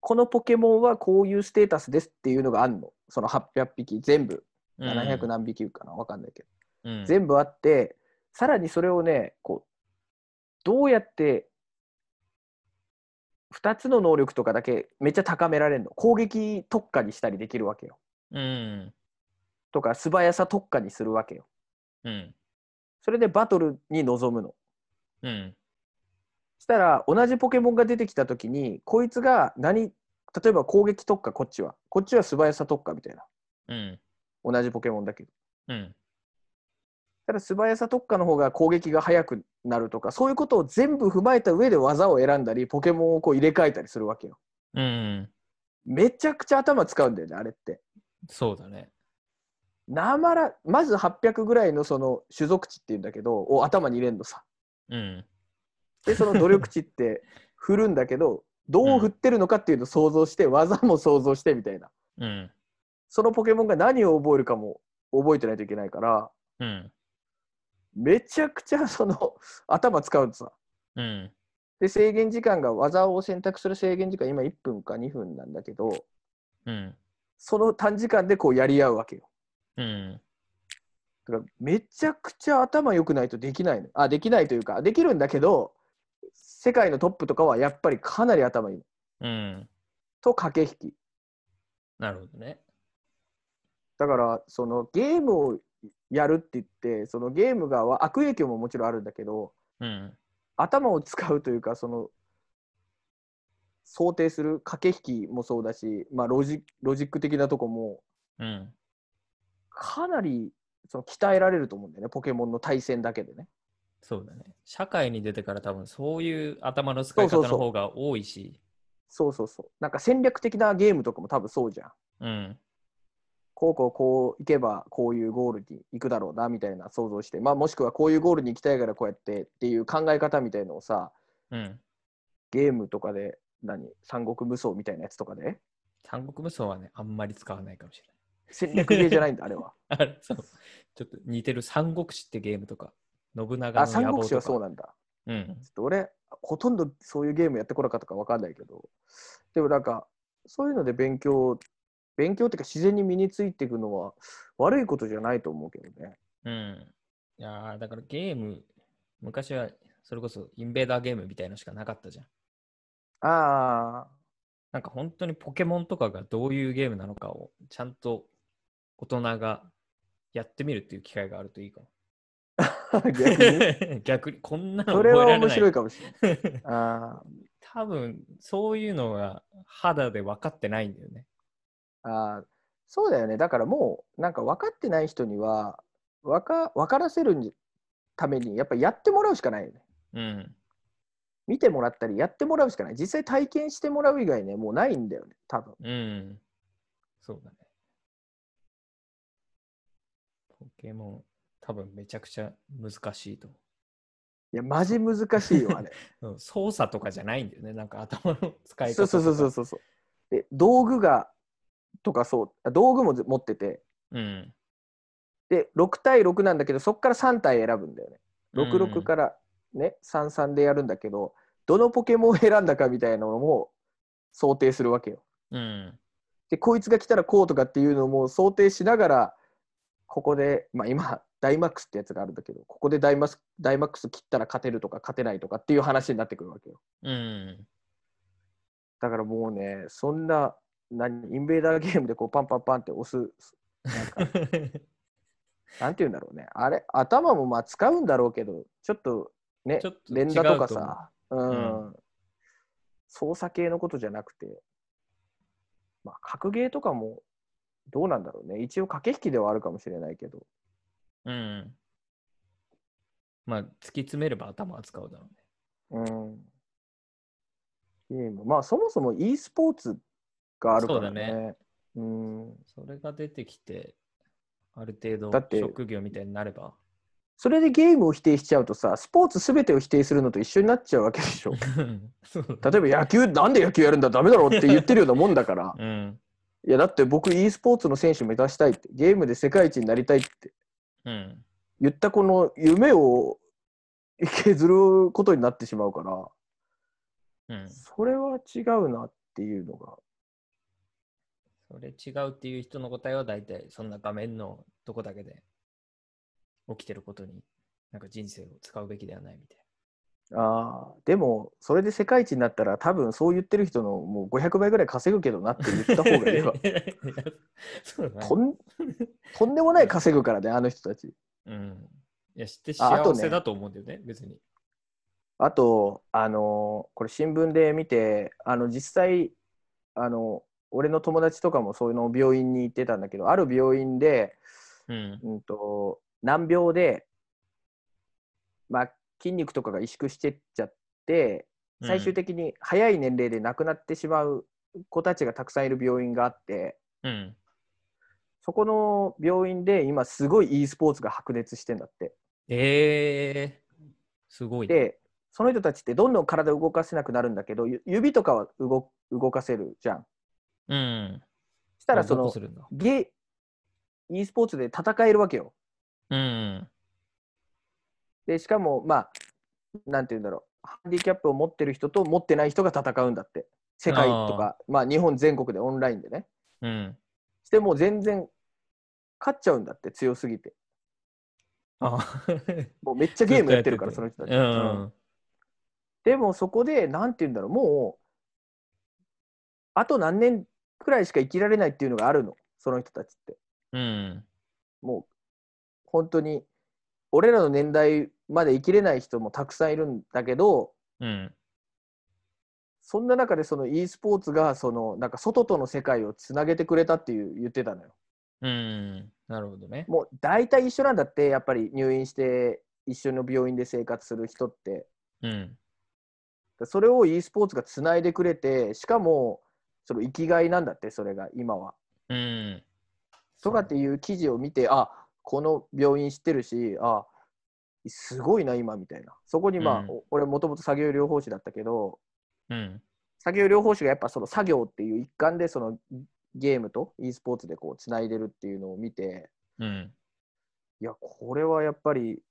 このポケモンはこういうステータスですっていうのがあるのその800匹全部700何匹いるかな分かんないけど、
うん、
全部あってさらにそれをねこうどうやって2つの能力とかだけめっちゃ高められるの攻撃特化にしたりできるわけよ
うん。
とか素早さ特化にするわけよ
うん。
それでバトルに臨むの
うん。
したら同じポケモンが出てきた時にこいつが何例えば攻撃特化こっちはこっちは素早さ特化みたいな
うん。
同じポケモンだけど
うん。
ただ素早さ特化の方が攻撃が速くなるとかそういうことを全部踏まえた上で技を選んだりポケモンをこう入れ替えたりするわけよ
うん。
めちゃくちゃ頭使うんだよねあれって
そうだね。
なまらまず800ぐらいのその種族値っていうんだけどを頭に入れんのさ
うん。
でその努力 値って振るんだけどどう振ってるのかっていうのを想像して技も想像してみたいな
うん。
そのポケモンが何を覚えるかも覚えてないといけないから、
うん。
めちゃくちゃその頭使うんですわ
うん。
で、制限時間が、技を選択する制限時間、今1分か2分なんだけど、
うん。
その短時間でこうやり合うわけよ。
うん。
だからめちゃくちゃ頭良くないとできないの。あ、できないというか、できるんだけど、世界のトップとかはやっぱりかなり頭いいの。
うん。
と駆け引き。
なるほどね。
だから、そのゲームをやるって言って、そのゲームがは悪影響ももちろんあるんだけど、
うん。
頭を使うというかその想定する駆け引きもそうだし、まあ、ロジロジック的なとこも
うん。
かなりその鍛えられると思うんだよねポケモンの対戦だけでね。
そうだね。社会に出てから多分そういう頭の使い
そ
方
うそうそ
の
う
方が多いし。
そうそうそうなんか戦略的なゲームとかも多分そうじゃん。
うん。
こうこうこう行けばこういうゴールに行くだろうなみたいな想像して、まあ、もしくはこういうゴールに行きたいからこうやってっていう考え方みたいのをさ
うん。
ゲームとかで何三国無双みたいなやつとかで
三国無双はね、あんまり使わないかもしれない。
戦略ゲーじゃないんだ、あれは。
あれそうちょっと似てる三国志ってゲームとか、信長
あ、
の
三
野望と
国志
か。
はそうなんだ。
うん
ちょっと俺、ほとんどそういうゲームやってこなかったからわかんないけど、でもなんか、そういうので勉強、勉強っていうか自然に身についていくのは悪いことじゃないと思うけどね。
うん。いやーだからゲーム、昔はそれこそインベーダーゲームみたいのしかなかったじゃん。
ああ、
なんか本当にポケモンとかがどういうゲームなのかをちゃんと大人がやってみるっていう機会があるといいかも。
逆 に。
逆にこんなの
そ
覚え
れは
られな
面
い。
白いかもしれない。あ
多分そういうのが肌で分かってないんだよね。
ーあー、そうだよね。だからもう、なんか分かってない人には、わか分からせるんじために、やっぱやってもらうしかないよね。
うん。
見てもらったり、やってもらうしかない。実際体験してもらう以外ね、もうないんだよね、多分。
うん。そうだね。ポケモン、多分めちゃくちゃ難しいと思う。
いや、マジ難しいよ、あれ。
うん操作とかじゃないんだよね。なんか頭の使い方
そう
とか。
そうそうそうそうそうで道具がとかそうあ道具も持ってて
うん。
で6対6なんだけどそこから3体選ぶんだよね66からね、33でやるんだけどどのポケモンを選んだかみたいなのも想定するわけよ
うん。
でこいつが来たらこうとかっていうのも想定しながらここで、まあ、今ダイマックスってやつがあるんだけどここでダイマスダイマックス切ったら勝てるとか勝てないとかっていう話になってくるわけよ
うん。
だからもうね、そんな、何、インベーダーゲームでこうパンパンパンって押す、 なんていうんだろうね。あれ、頭もまあ使うんだろうけど、ちょっとね、
ちょっと
連打とかさ、う、
思うん
操作系のことじゃなくて、まあ、格ゲーとかもどうなんだろうね。一応駆け引きではあるかもしれないけど、
うん。まあ、突き詰めれば頭は使うだろうね。
うん。ゲーム、まあそもそも e スポーツがあるからね。
そうだ
うん
それが出てきて、ある程度
だって
職業みたいになれば。
それでゲームを否定しちゃうとさ、スポーツすべてを否定するのと一緒になっちゃうわけでしょ。
そうだ
例えば野球、なんで野球やるんだ、ダメだろって言ってるようなもんだ から。
うん。
いや、だって僕、e スポーツの選手目指したいって、ゲームで世界一になりたいって
うん。
言ったこの夢を削ることになってしまうから、
うん。
それは違うなっていうのが。
それ違うっていう人の答えは大体そんな画面のとこだけで起きてることになんか人生を使うべきではないみたい
ああ、でも、それで世界一になったら、多分そう言ってる人のもう500倍ぐらい稼ぐけどなって言った
な。。
方がい いわ
や そうだね
とんとんでもない稼ぐからね、あの人たち。
うん。いや、知って
ああと
幸
ね
せだと思うんだよね、別に。
あと、あのこれ新聞で見て、あの実際、あの俺の友達とかもそういうの病院に行ってたんだけど、ある病院で、
うん。
うん、と難病で、まあ、筋肉とかが萎縮してっちゃって、最終的に早い年齢で亡くなってしまう子たちがたくさんいる病院があって、
うん。
そこの病院で今、すごい e スポーツが白熱してんだって。
えー、すごいね。
でその人たちってどんどん体動かせなくなるんだけどゆ指とかは動動かせるじゃん。
うん。
したらそ
どう
の
するんだ
ゲ e スポーツで戦えるわけよ。
うん。
でしかもまあなんて言うんだろうハンディキャップを持ってる人と持ってない人が戦うんだって世界とかまあ日本全国でオンラインでね。
うん。
してもう全然勝っちゃうんだって強すぎて
あ
もうめっ ちゃゲームやってるからその人たち。
う
うん
ん。
でもそこで、なんて言うんだろう、もう、あと何年くらいしか生きられないっていうのがあるの、その人たちって。
うん。
もう、本当に、俺らの年代まで生きれない人もたくさんいるんだけど、
うん。
そんな中でその e スポーツが、その、なんか外との世界をつなげてくれたっていう言ってたのよ。
うん。なるほどね。
もう大体一緒なんだって、やっぱり入院して、一緒の病院で生活する人って。
うん。
それを e スポーツがつないでくれて、しかも、その生きがいなんだって、それが、今は。
うん。
とかっていう記事を見て、あこの病院知ってるし、あすごいな、今みたいな。そこにまあ、
うん
お俺、もともと作業療法士だったけど、
うん。
作業療法士がやっぱその作業っていう一環でそのゲームと e スポーツでこうつないでるっていうのを見て
うん。
いやこれはやっぱり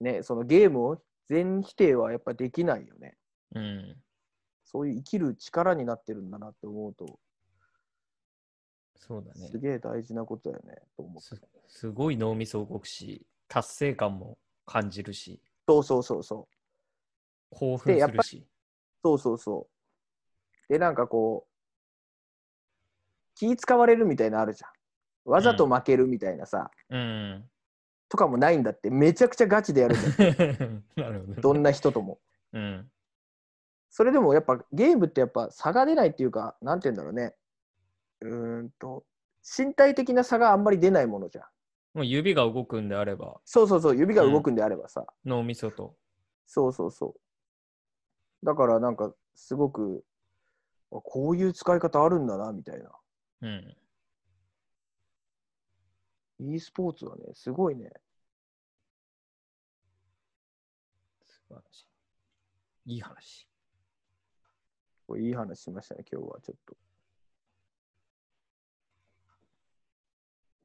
ねそのゲームを全否定はやっぱできないよね
うん。
そういう生きる力になってるんだなって思うと
そうだね
す。げえ大事なことだよねと思って
すすごい脳みそ動くし、達成感も感じるし、
そうそうそうそう
興奮
でや
す
っ
る
ぱ
し。
そうそうそう。で、なんかこう、気使われるみたいなのあるじゃん。わざと負けるみたいなさ、
うん。。
とかもないんだって、めちゃくちゃガチでやるじゃん
なるほどね。
どんな人とも。
うん。
それでもやっぱゲームってやっぱ差が出ないっていうか、なんて言うんだろうね。うーんと、身体的な差があんまり出ないものじゃん。
もう指が動くんであれば、
そうそうそう、指が動くんであればさ。
脳みそと。
そうそうそう。だからなんか、すごく、あこういう使い方あるんだな、みたいな。
うん。
e スポーツはね、すごいね。
素晴らしい。いい話。
これいい話しましたね、今日はちょっ と。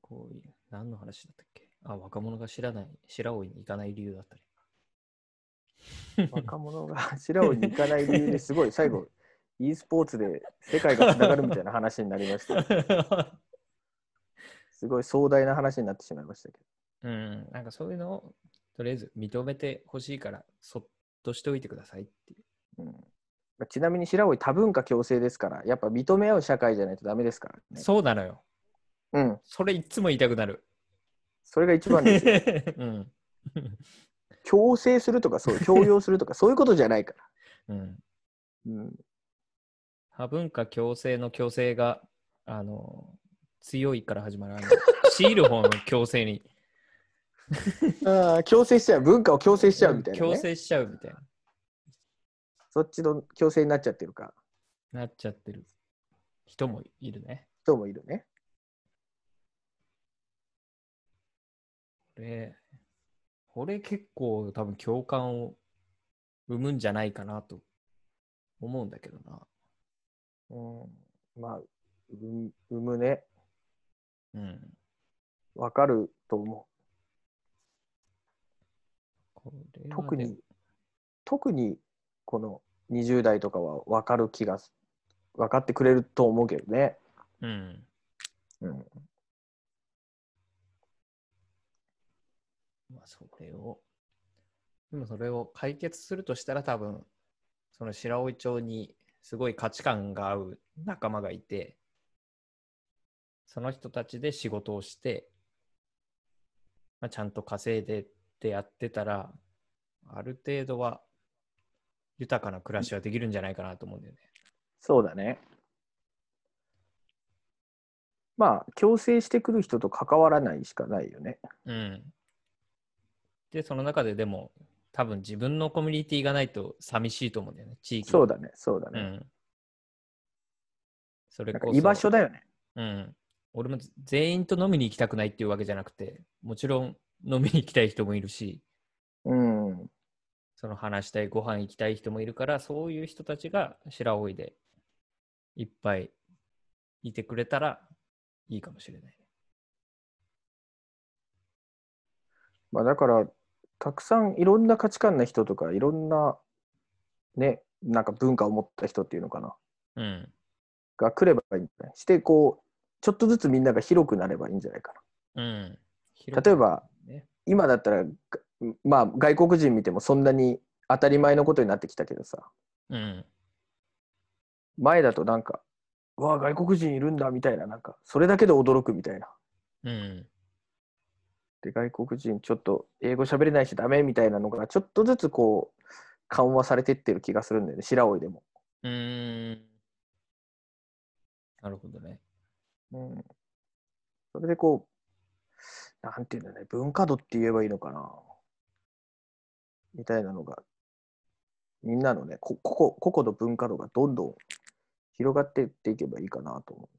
こういう、何の話だったっけあ、若者が知らない、白老に行かない理由だったり。
若者が白尾に行かない理由ですごい最 後、e スポーツで世界がつながるみたいな話になりました。すごい壮大な話になってしまいましたけど。
うん、なんかそういうのをとりあえず認めてほしいから、そっとしておいてくださいっていう。
うんまあちなみに白老多文化共生ですから、やっぱ認め合う社会じゃないとダメですからね。
そうなのよ。
うん。
それいつも言いたくなる。
それが一番 です よ。
うん。
共生するとか、そう、強要するとか、そういうことじゃないから。
うん。
うん。
多文化共生の共生が、あの、強いから始まる。あ の強いる方の共生に。
あー共生しちゃう。文化を共生しちゃうみたいな、
共
ね。
生しちゃうみたいな。
そっちの共生になっちゃってるか、
なっちゃってる人もいるね。
人もいるね。
これ、これ結構多分共感を生むんじゃないかなと思うんだけどな。
うん。まあ、うん産むね。
うん。
わかると思
これはね
う。特に、特にこの20代とかはわかる気がす、分かってくれると思うけどね。
うん。
うん。
まあ、それを、でもそれを解決するとしたら多分、その白老町にすごい価値観が合う仲間がいて、その人たちで仕事をして、まあ、ちゃんと稼いでってやってたら、ある程度は豊かな暮らしはできるんじゃないかなと思うんだよね。
そうだね。まあ、強制してくる人と関わらないしかないよね。
うん。で、その中ででも、多分自分のコミュニティがないと寂しいと思うんだよね、地域の
そうだね、そうだ
う
ね。
ん。それ
なん
こ
か
そ。
居場所だよね。
うん。俺も全員と飲みに行きたくないっていうわけじゃなくて、もちろん飲みに行きたい人もいるし、
うん。
その話したい、ご飯行きたい人もいるから、そういう人たちが白老でいっぱいいてくれたらいいかもしれない。
まあ、だから、たくさんいろんな価値観の人とか、いろんな、ね、なんか文化を持った人っていうのかな。
うん。
が来ればいいんじゃないしてこうちょっとずつみんなが広くなればいいんじゃないか
うん。
な例えば
ね、
今だったらがまあ外国人見てもそんなに当たり前のことになってきたけどさ
うん。
前だとなんか「うわあ外国人いるんだ」みたいななんかそれだけで驚くみたいな
うん。
で外国人ちょっと英語喋れないしダメみたいなのがちょっとずつこう緩和されてってる気がするんだよね白老でも、
うーん。なるほどね。
うん、それでこうなんていうんだろうね文化度って言えばいいのかなみたいなのが、みんなのね、こここ個々の文化度がどんどん広がっていっていけばいいかなと思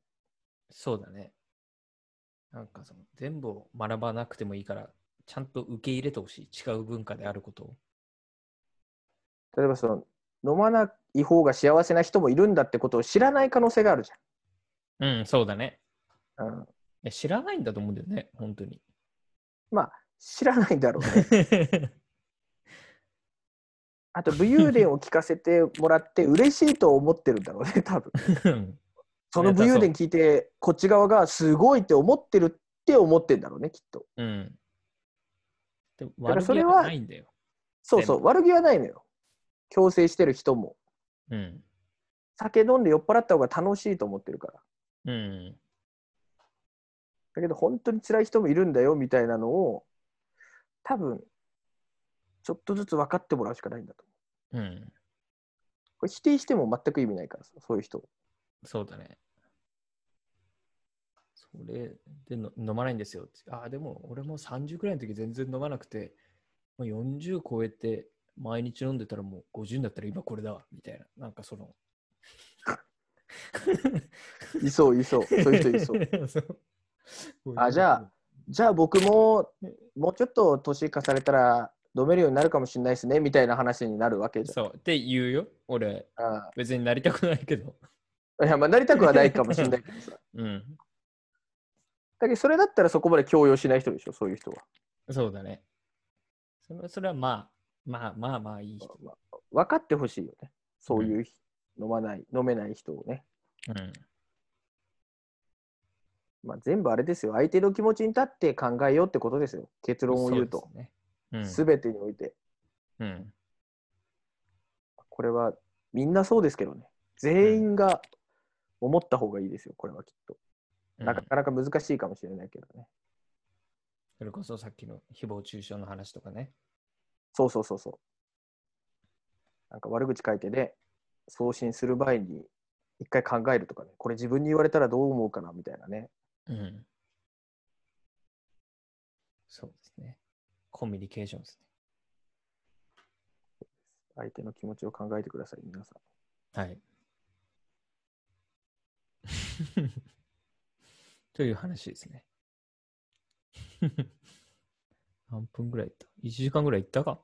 そうだね。なんかその全部を学ばなくてもいいから、ちゃんと受け入れてほしい。違う文化であることを。
う。例えばその、飲まない方が幸せな人もいるんだってことを知らない可能性があるじ
うん、そうだね。
ゃん。うん、
いや知らないんだと思うんだよね、本 当に。
まあ知らないんだろ うね。あと武勇伝を聞かせてもらって嬉しいと思ってるんだろうね多分。その武勇伝聞いてこっち側がすごいって思ってるって思ってんだろうねきっと。
うん。でも
だか
悪
らそ
気
れは
はないんだよ。
そうそう悪気はないのよ。強制してる人も
うん。
酒飲んで酔っ払った方が楽しいと思ってるか
う
ら。
ん。
だけど本当に辛い人もいるんだよみたいなのを多分ちょっとずつ分かってもらうしかないんだと思う。
うん。
これ否定しても全く意味ないからさそういう人を
そうだね。それでの飲まないんですよって。ああ、でも俺も30くらいの時全然飲まなくて、もう40超えて毎日飲んでたらもう50になったら今これだわみたいな。なんかその。
いそういそうそういう人いそ う。
そう。
あじゃあじゃあ僕ももうちょっと年重ねたら飲めるようになるかもしれないですねみたいな話になるわけじゃん。
そう。って言うよ。俺、
あ
別になりたくないけど。
あいやまあなりたくはないかもしれないけどさ。
うん。
だけどそれだったらそこまで強要しない人でしょそういう人は。
そうだね。それそれはまあ、まあまあまあいい人。
まあ分かってほしいよねそういうひ、飲まない飲めない人をね。
うん。
まあ、全部あれですよ相手の気持ちに立って考えようってことですよ結論を言うと
そうです
す
ね。
べ、全てにおいて
うん。うん、
これはみんなそうですけどね全員が思った方がいいですよこれはきっと
うん
なかなか難しいかもしれないけどね、
それこそさっきの誹謗中傷の話とかね。
そうそうそうそうなんか悪口書いてで送信する前に一回考えるとかねこれ自分に言われたらどう思うかなみたいなね
うん。そうですね。コミュニケーションです
相手の気持ちを考えてください皆さ
ね。
ん
はい。 という話ですね。 何分ぐらい行った ?1 時間ぐらい行ったか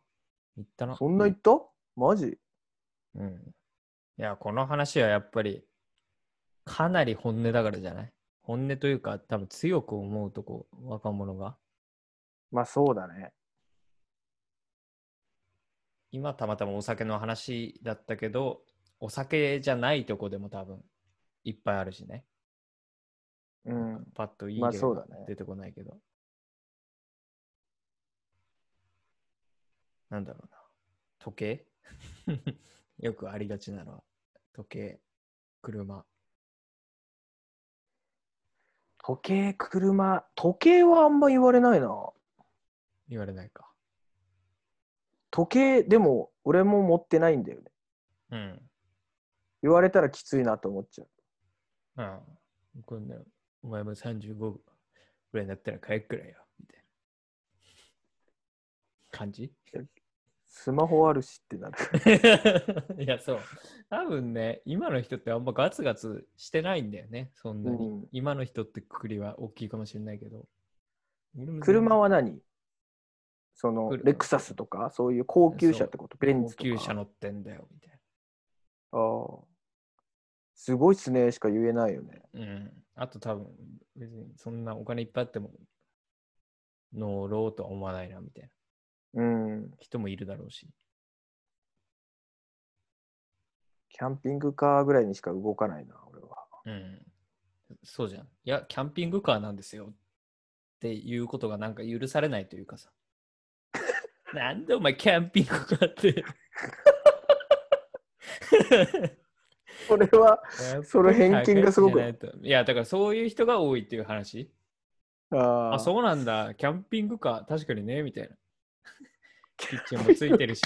行ったな。
そんな言った、マジ
うん。いや、この話はやっぱり、かなり本音だからじゃない本音というか、多分強く思うとこ、若者が。
まあそうだね
今、たまたまお酒の話だったけど、お酒じゃないとこでも多分、いっぱいあるしね。
うん
パッといい
まあ
例
そう
が
だね
出てこないけど。なんだろうな。時計 よくありがちなのは、時計、車。
時計、車、時計はあんま言われないな。
言われないか。
時計、でも俺も持ってないんだよね。
うん。
言われたらきついなと思っちゃう。
ああ、こんな、お前も35ぐらいになったら帰くらいよ、みたいな。感じ
スマホあるしってなる。
いや、そう。多分ね、今の人ってあんまガツガツしてないんだよね、そんなに。
うん
今の人ってくくりは大きいかもしれないけど。
車は何その
車
レクサスとか、そういう高級車ってこと、ベン
高
ツと
級車
か。
乗ってんだよ、みたい
あーすごいっすねしか言えないよね。
な。うん。あと多分、別にそんなお金いっぱいあっても、乗ろうとは思わないな、みたいな
うん。
人もいるだろうし。
キャンピングカーぐらいにしか動かないな、俺 は。
うん。そうじゃん。いや、キャンピングカーなんですよ。っていうことがなんか許されないという かさ。なんでお前キャンピングカーって。
それは、その偏見がすごく
高いじゃないといや、だからそういう人が多いっていう話。
あ
あ、
う
そうなんだ。キャンピングカー、確かにね、み たいな。キッチンもついてるし。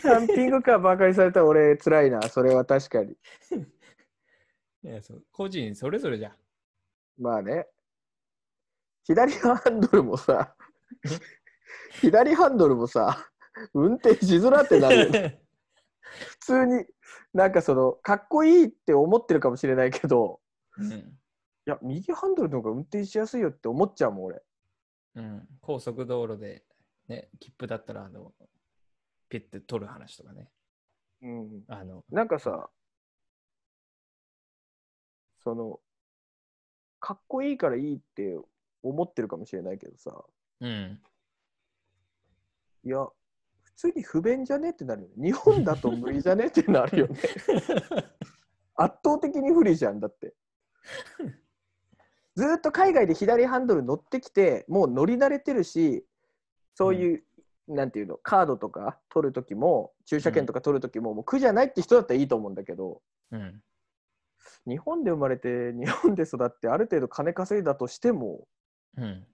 キャンピングカーばかりされたら俺辛いな、それは確かに。
いやそう個人それぞれじゃん。
まあね。左ハンドルも さ、左ハンドルもさ、運転しづらってなるよね。普通に、なんかその、かっこいいって思ってるかもしれないけど、
うん
いや、右ハンドルの方が運転しやすいよって思っちゃうもん、俺。
うん、高速道路で、ね、切符だったらあのピッて取る話とかね。
うん、
あの、
なんかさ、その、かっこいいからいいって思ってるかもしれないけどさ、
うん。
いや、普通に不便じゃねってなるよね。日本だと無理じゃねってなる よね。圧倒的に不利じゃんだ って。ずーっと海外で左ハンドル乗ってきてもう乗り慣れてるしそういう、なんていうのカードとか取る時も駐車券とか取る時も,、もう苦じゃないって人だったらいいと思うんだけど
うん。
日本で生まれて日本で育ってある程度金稼いだとしても
うん。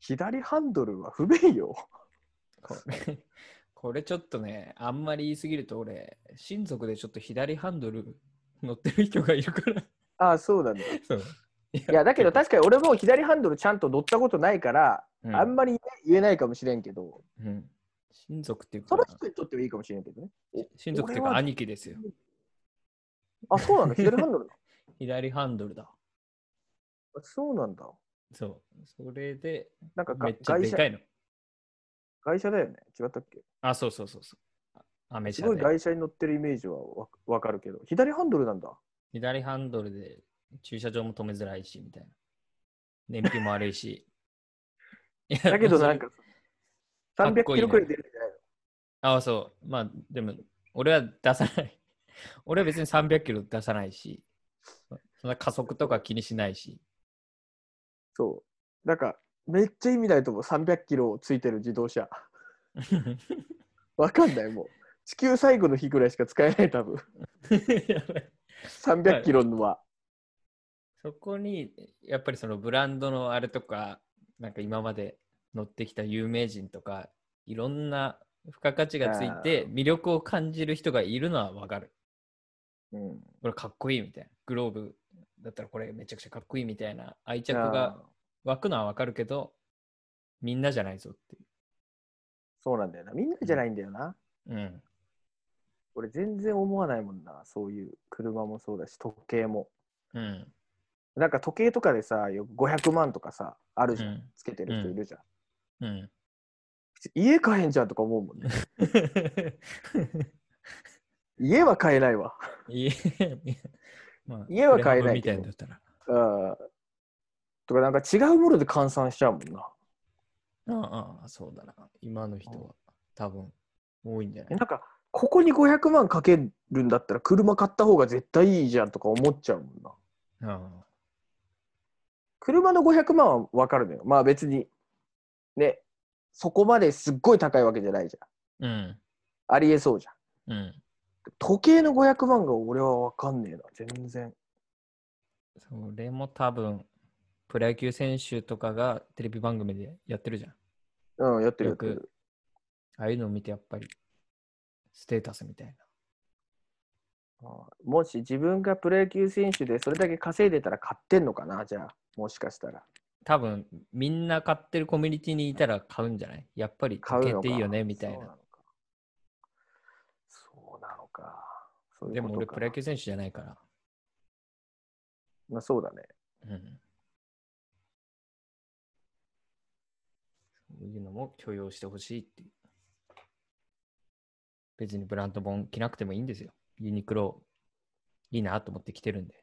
左ハンドルは不便よ。
これ、 これちょっとね、あんまり言いすぎると俺、親族でちょっと左ハンドル乗ってる人がいるから。
ああ そうなんだ。
そう。
いやだけど確かに俺も左ハンドルちゃんと乗ったことないから、
うん、
あんまり言えないかもしれんけど
うん。親族っていう
そ
か
の、人にとってはいいかもしれんけどね。
親族っていうか
俺は
兄貴ですよ。
あそうなんだ左ハンドルだ。
左ハンドルだ。
あそうなんだ。
そう。それで、
なんかが
めっちゃで
外車
かいの。
外車だよね違ったっけ
あ、そうそうそうそう。あアメ
す
車
ごい
で。
外車に乗ってるイメージはわわかるけど左ハンドルなんだ
左ハンドルで駐車場も止めづらいし、みたいな。燃費も悪いし。 いや
だけどなんか
かっ
300
こいいね
キロくらい出るんじゃないの
ああ、そう。まあ、でも、俺は出さない。 俺は別に300キロ出さないし、そんな加速とか気にしないし。
そうなんかめっちゃ意味ないと思う300キロついてる自動車わかんないもう地球最後の日ぐらいしか使えない 多分
やばい
300キロのは、
そこに、やっぱりそのブランドのあれとか、なんか今まで乗ってきた有名人とか、いろんな付加価値がついて魅力を感じる人がいるのはわかる。
うん、
これかっこいいみたいな。グローブだったらこれめちゃくちゃかっこいいみたいな愛着が湧くのはわかるけど、みんなじゃないぞってい
そうなんだよなみんなじゃないんだよな、
う。うん。
俺全然思わないもんなそういう車もそうだし時計も
うん。
なんか時計とかでさよく500万とかさある
う
じゃん、
ん。
つけてる人いるじゃん、
うん。
家買えんじゃんとか思うもんね家は買えないわ
家、まあ
家は買えない
プレハブみた
けど
いなのだったら。
あーとかなんか違うもので換算しちゃうもんな。
ああ、そうだな。今の人は多分多いんじゃな
え
い
なんかここに500万かけるんだったら車買った方が絶対いいじゃんとか思っちゃうもんな。
ああ
車の500万はわかるのよ。まあ別にね、そこまですっごい高いわけじゃないじ
うん。
ゃん。ありえそうじゃん。
うん。
時計の500万が俺はわかんねえな、全然。
それも多分、プロ野球選手とかがテレビ番組でやってるじゃん。
うん、やってるや
よ
って
く
る。
ああいうのを見てやっぱり、ステータスみたいな。
あーもし自分がプロ野球選手でそれだけ稼いでたら買ってんのかな、じゃあ。もしかしたら。
多分、みんな買ってるコミュニティにいたら買うんじゃないやっぱり
買う
時計
の
っ
か
ていいよねみたいな。
そうなのかそうなのかそういう
でも
こと
俺、
か
プロ野球選手じゃないから。
まあそうだね
うんそういうのも許容してほしいっていう。別にブランド本着なくてもいいんですよ。ユニクロいいなと思って着てるんで。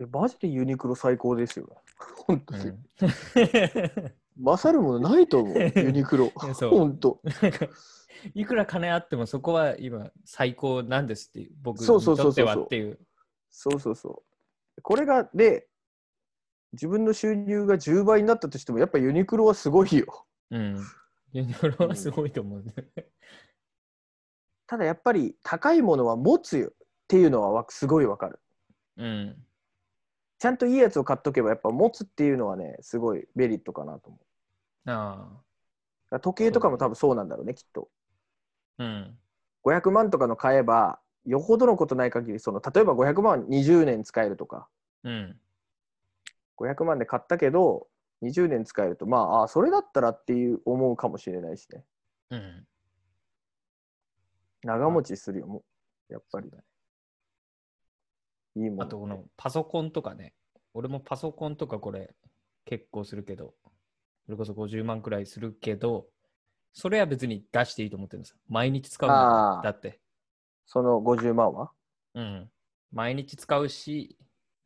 えマジでユニクロ最高ですよ本当に、
うん
勝るものないと 思うユニクロ
いやそう
本当
なんかいくら金あってもそこは今最高なんですっていう。僕に
そうそうそ
と
う
っ
そ
て
う
はっていう。
そうそうそうこれがで自分の収入が10倍になったとしてもやっぱユニクロはすごいよ
うん。ユニクロはすごいと思うんで。
ただやっぱり高いものは持つよっていうのはわすごいわかる
うん。
ちゃんといいやつを買っとけばやっぱ持つっていうのはねすごいメリットかなと思う
あ
だから時計とかも多分そうなんだろうねきっと
あ。うん。
500万とかの買えばよほどのことない限りその例えば500万20年使えるとか
うん。
500万で買ったけど20年使えるとまああそれだったらっていう思うかもしれないしね
うん。
長持ちするよもうやっぱりいいも
あ
ん
とこのパソコンとかね、俺もパソコンとかこれ結構するけど、それこそ50万くらいするけど、それは別に出していいと思ってるんですよ。毎日使うんだから
あー
だって。
その50万は
うん。毎日使うし、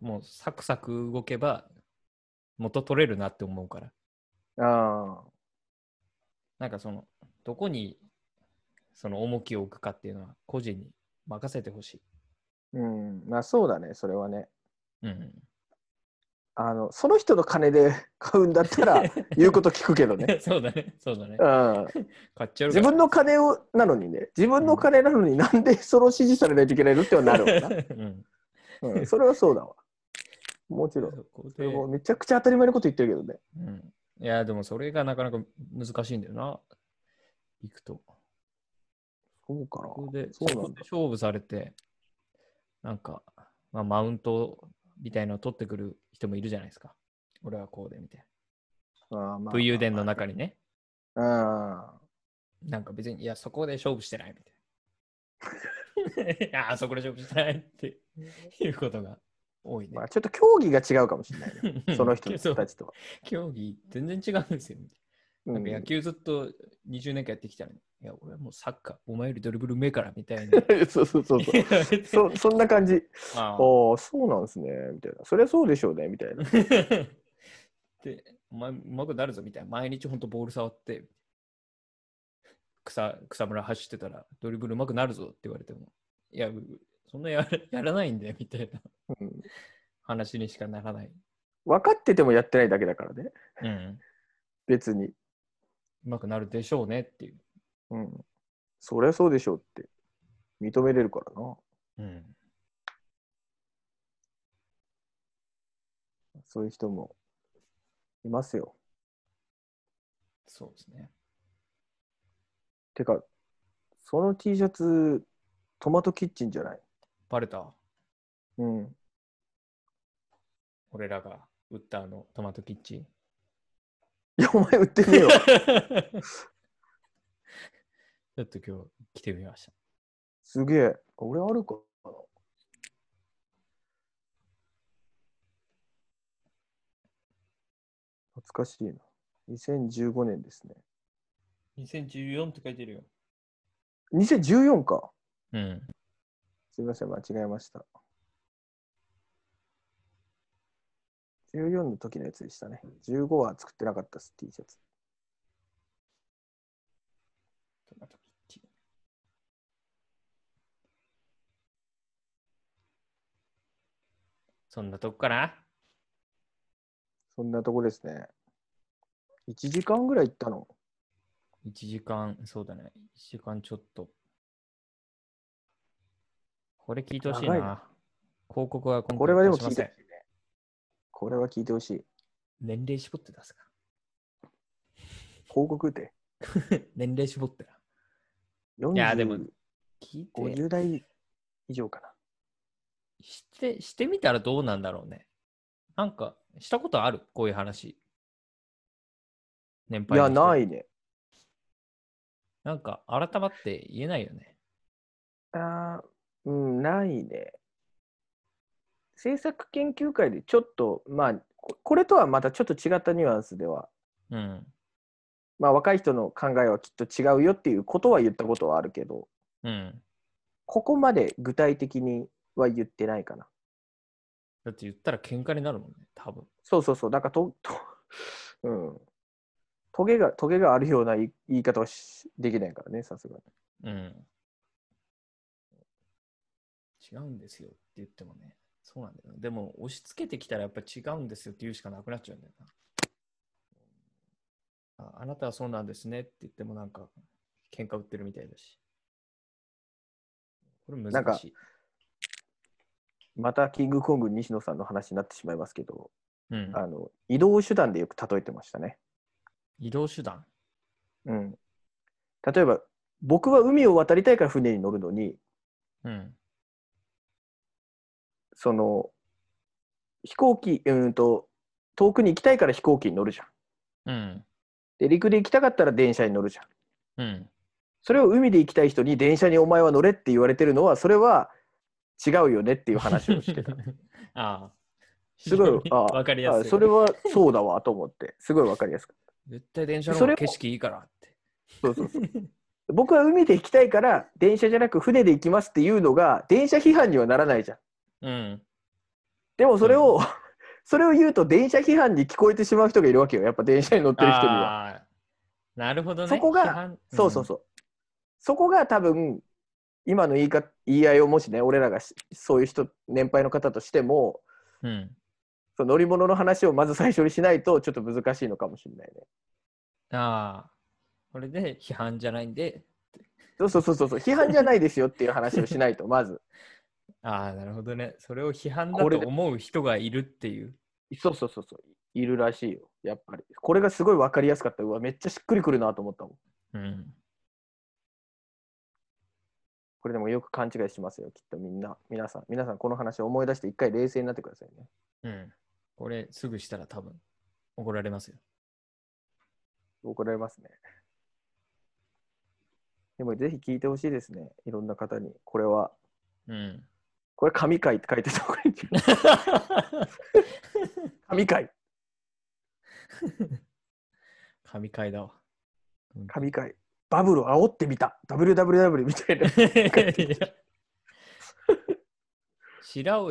もうサクサク動けば元取れるなって思うから。
ああ、
なんかその、どこにその重きを置くかっていうのは個人に任せてほしい。
うん、まあそうだね、それはね。
うん。
あの、その人の金で買うんだっ たら、言うこと聞くけどね。
そうだね、そうだね
う。 ん、
買っちゃう
自分の金をなのにね、自分の金なのになんでそれを支持されないといけないのってはなる わな、
うん。
うん。それはそうだわ。もちろん。
そこ
そ
で
れもめちゃくちゃ当たり前のこと言ってるけどね。
うん。いや、でもそれがなかなか難しいんだよな。行くと。
そうかな。
そこで、
そ
そう
なんだ
こで勝負されて、なんか、まあ、マウントみたいのを取ってくる人もいるじゃないですか。俺はこうで、みたい
ああま
な。
あ
武勇伝の中にね。
あ
なんか別に、いや、そこで勝負してない、みたいな。い や、あそこで勝負してないっていうことが多い
ー
ね。
まあ、ちょっと競技が違うかもしれないね。その人
そう
たちとは。
競技、全然違うんですよ。
う
なん
ん
か野球ずっと20年間やってきたのに、いや、俺はもうサッカー、お前よりドリブルうめえから、みたいな。
そうそうそ うそう。そそんな感じ。
まあ
ああ、そうなんですね、みたいな。そりゃそうでしょうね、みたい な。
で、お前、うまくなるぞみたいな。毎日本当ボール触って、草、草むら走ってたら、ドリブルうまくなるぞって言われても、いや、うそんなやら やらないんだよみたいな
うん
話にしかならない。
分かっててもやってないだけだからね、
うん。
別に。
うまくなるでしょうねっていう。
うん。そりゃそうでしょうって、認めれるからな。
うん。
そういう人もいますよ。
そうですね。
てか、その T シャツ、トマトキッチンじゃない。
バレた
うん。
俺らが打ったあのトマトキッチン。
いや、お前売ってねえよ。
ちょっと今日来てみました。
すげえ。俺あるかな。懐かしいな。2015年ですね。
2014って書いてるよ。
2014か。
うん。
すみません、間違えました。14の時のやつでしたね。15は作ってなかったです、T シャツ。
トマトキッチン。そんなとこかな
そんなとこですね。1時間ぐらい行ったの。
?1 時間、そうだね。1時間ちょっと。これ聞いてほしいな。
長いな
広告は今
これはでも
出しま
聞い
せ
て
ん
ほしいね。これは聞いてほしい。
年齢絞って出すか
広告で。
ら。年齢絞ってな。
40
いやでも聞いて
50代以上か
して、してみたらどうなんだろうね。なんか、したことあるこういう話。年
な。
配の人に
いや、ないね。
なんか、改まって言えないよね。
あーうん、ないね。制作研究会でちょっと、まあ、ここれとはまたちょっと違ったニュアンスでは、
うん。
まあ、若い人の考えはきっと違うよっていうことは言ったことはあるけど、
うん。
ここまで具体的には言ってないかな。
だって言ったら喧嘩になるもんね、多分。
そうそうそう、なんかと、と、 うん。トゲが、トゲがあるような言い言い方はしできないからね、さすがに。
うん。違うんですよって言ってもね。そうなんだよ、ね。でも、押し付けてきたらやっぱ違うんですよって言うしかなくなっちゃうんだよな。ああなたはそうなんですねって言ってもなんか、喧嘩売ってるみたいだし。これ
なん
難
か
しい。
またキングコング西野さんの話になってしまいますけど、
うん、
あの移動手段でよく例えてましたね。
移動手段。
うん、例えば、僕は海を渡りたいから船に乗るのに、
うん。
その飛行機、うーんと、遠くに行きたいから飛行機に乗るじゃ
う
ん。
ん。
で、陸で行きたかったら電車に乗るじゃん。
うん。
それを海で行きたい人に電車にお前は乗れって言われてるのは、それは違うよね っていう話をしてた。
ああ。
すごいああ
わかりや
あ
すい。
それはそうだわと思って、すごいわかりやすく。
絶対電車の
そ
方
れ
が景
を
色いいからって。
そうそうそう僕は海で行きたいから電車じゃなく船で行きますっていうのが電車批判にはならないじゃん。
うん。
でもそれを、 それを言うと電車批判に聞こえてしまう人がいるわけよ。やっぱ電車に乗ってる人には。
ああーなるほどね。
そこが
批判
そうそうそう。そこが多分今の言いか言い合いをもしね俺らがしそういう人年配の方としても
うん。うん
その乗り物の話をまず最初にしないとちょっと難しいのかもしれないね。
ああ、これで批判じゃないんで、
そうそうそうそうそう批判じゃないですよっていう話をしないとまず。
ああ、なるほどね。それを批判だ
ことれで
思う人がいるっていう。
そうそうそうそういるらしいよやっぱり。これがすごい分かりやすかった。うわめっちゃしっくりくるなと思ったもん。
うん。
これでもよく勘違いしますよきっとみんな皆さん皆さんこの話を思い出して一回冷静になってくださいね。
うん。これ、すぐしたら多分、怒られますよ。
怒られますね。でもぜひ聞いてほしいですね。いろんな方に。これは、
うん。
これ神回って書いてた方がいいんじゃない神回
神回だわ。
神回バブルを煽ってみた !WWW みたいな。
いや白老、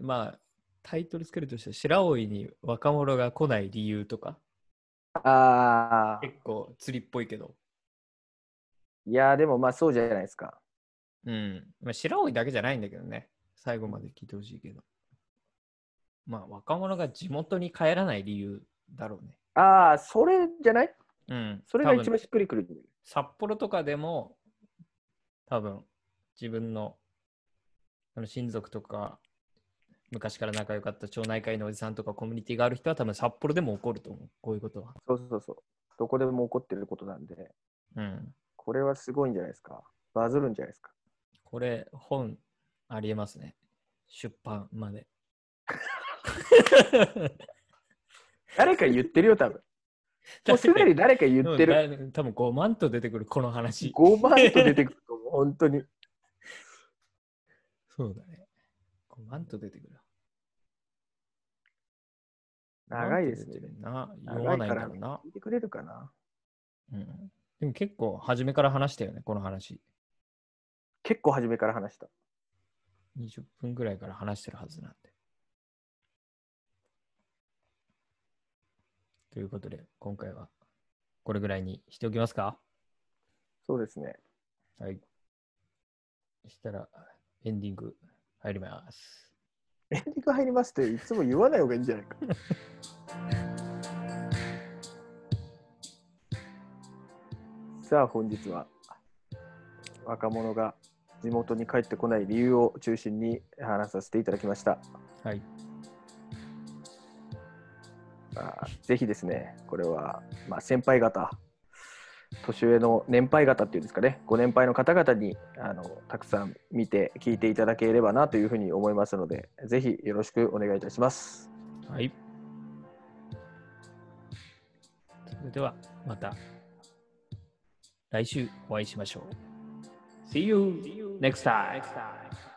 まあ、タイトルつけるとして白老に若者が来ない理由とか、
あー
結構釣りっぽいけど。
いやーでもまあそうじゃないですか。
うん。まあ、白老だけじゃないんだけどね。最後まで聞いてほしいけど。まあ、若者が地元に帰らない理由だろうね。
ああ、それじゃない
うん。
それが
多分
一番しっくりくる。
札幌とかでも、多分、自分のあの親族とか、昔から仲良かった町内会のおじさんとかコミュニティがある人は多分札幌でも起こると思う。こういうことは。
そうそうそう。どこでも起こってることなんで、
うん。
これはすごいんじゃないですか。バズるんじゃないですか。
これ、本、ありえますね。出版ま で。
誰か言ってるよ、多分。もうすでに誰か言ってる。
る。多分5万と出てくる、この話。
5万と出てくると思う、本当に。
そうだね。5万と出てくる。
長いですね。
な。
長
読
いから
まないんだろうな。
聞いてくれるかな
うん、でも結構、初めから話したよね、この話。
結構初めから話した。
20分ぐらいから話してるはずなんで。ということで、今回はこれぐらいにしておきますか
そうですね。
はい。そしたら、エンディング入ります。
エンディング入りますっていつも言わない方がいいんじゃないか。さあ、本日は若者が地元に帰ってこない理由を中心に話させていただきました。
はい。
まあ、ぜひですね、これは、まあ、先輩方、年上の年配方っていうんですかね、ご年配の方々にあのたくさん見て、聞いていただければなというふうに思いますので、ぜひよろしくお願いいたします。
はい。それでは、また来週お会いしましょう。See you next time!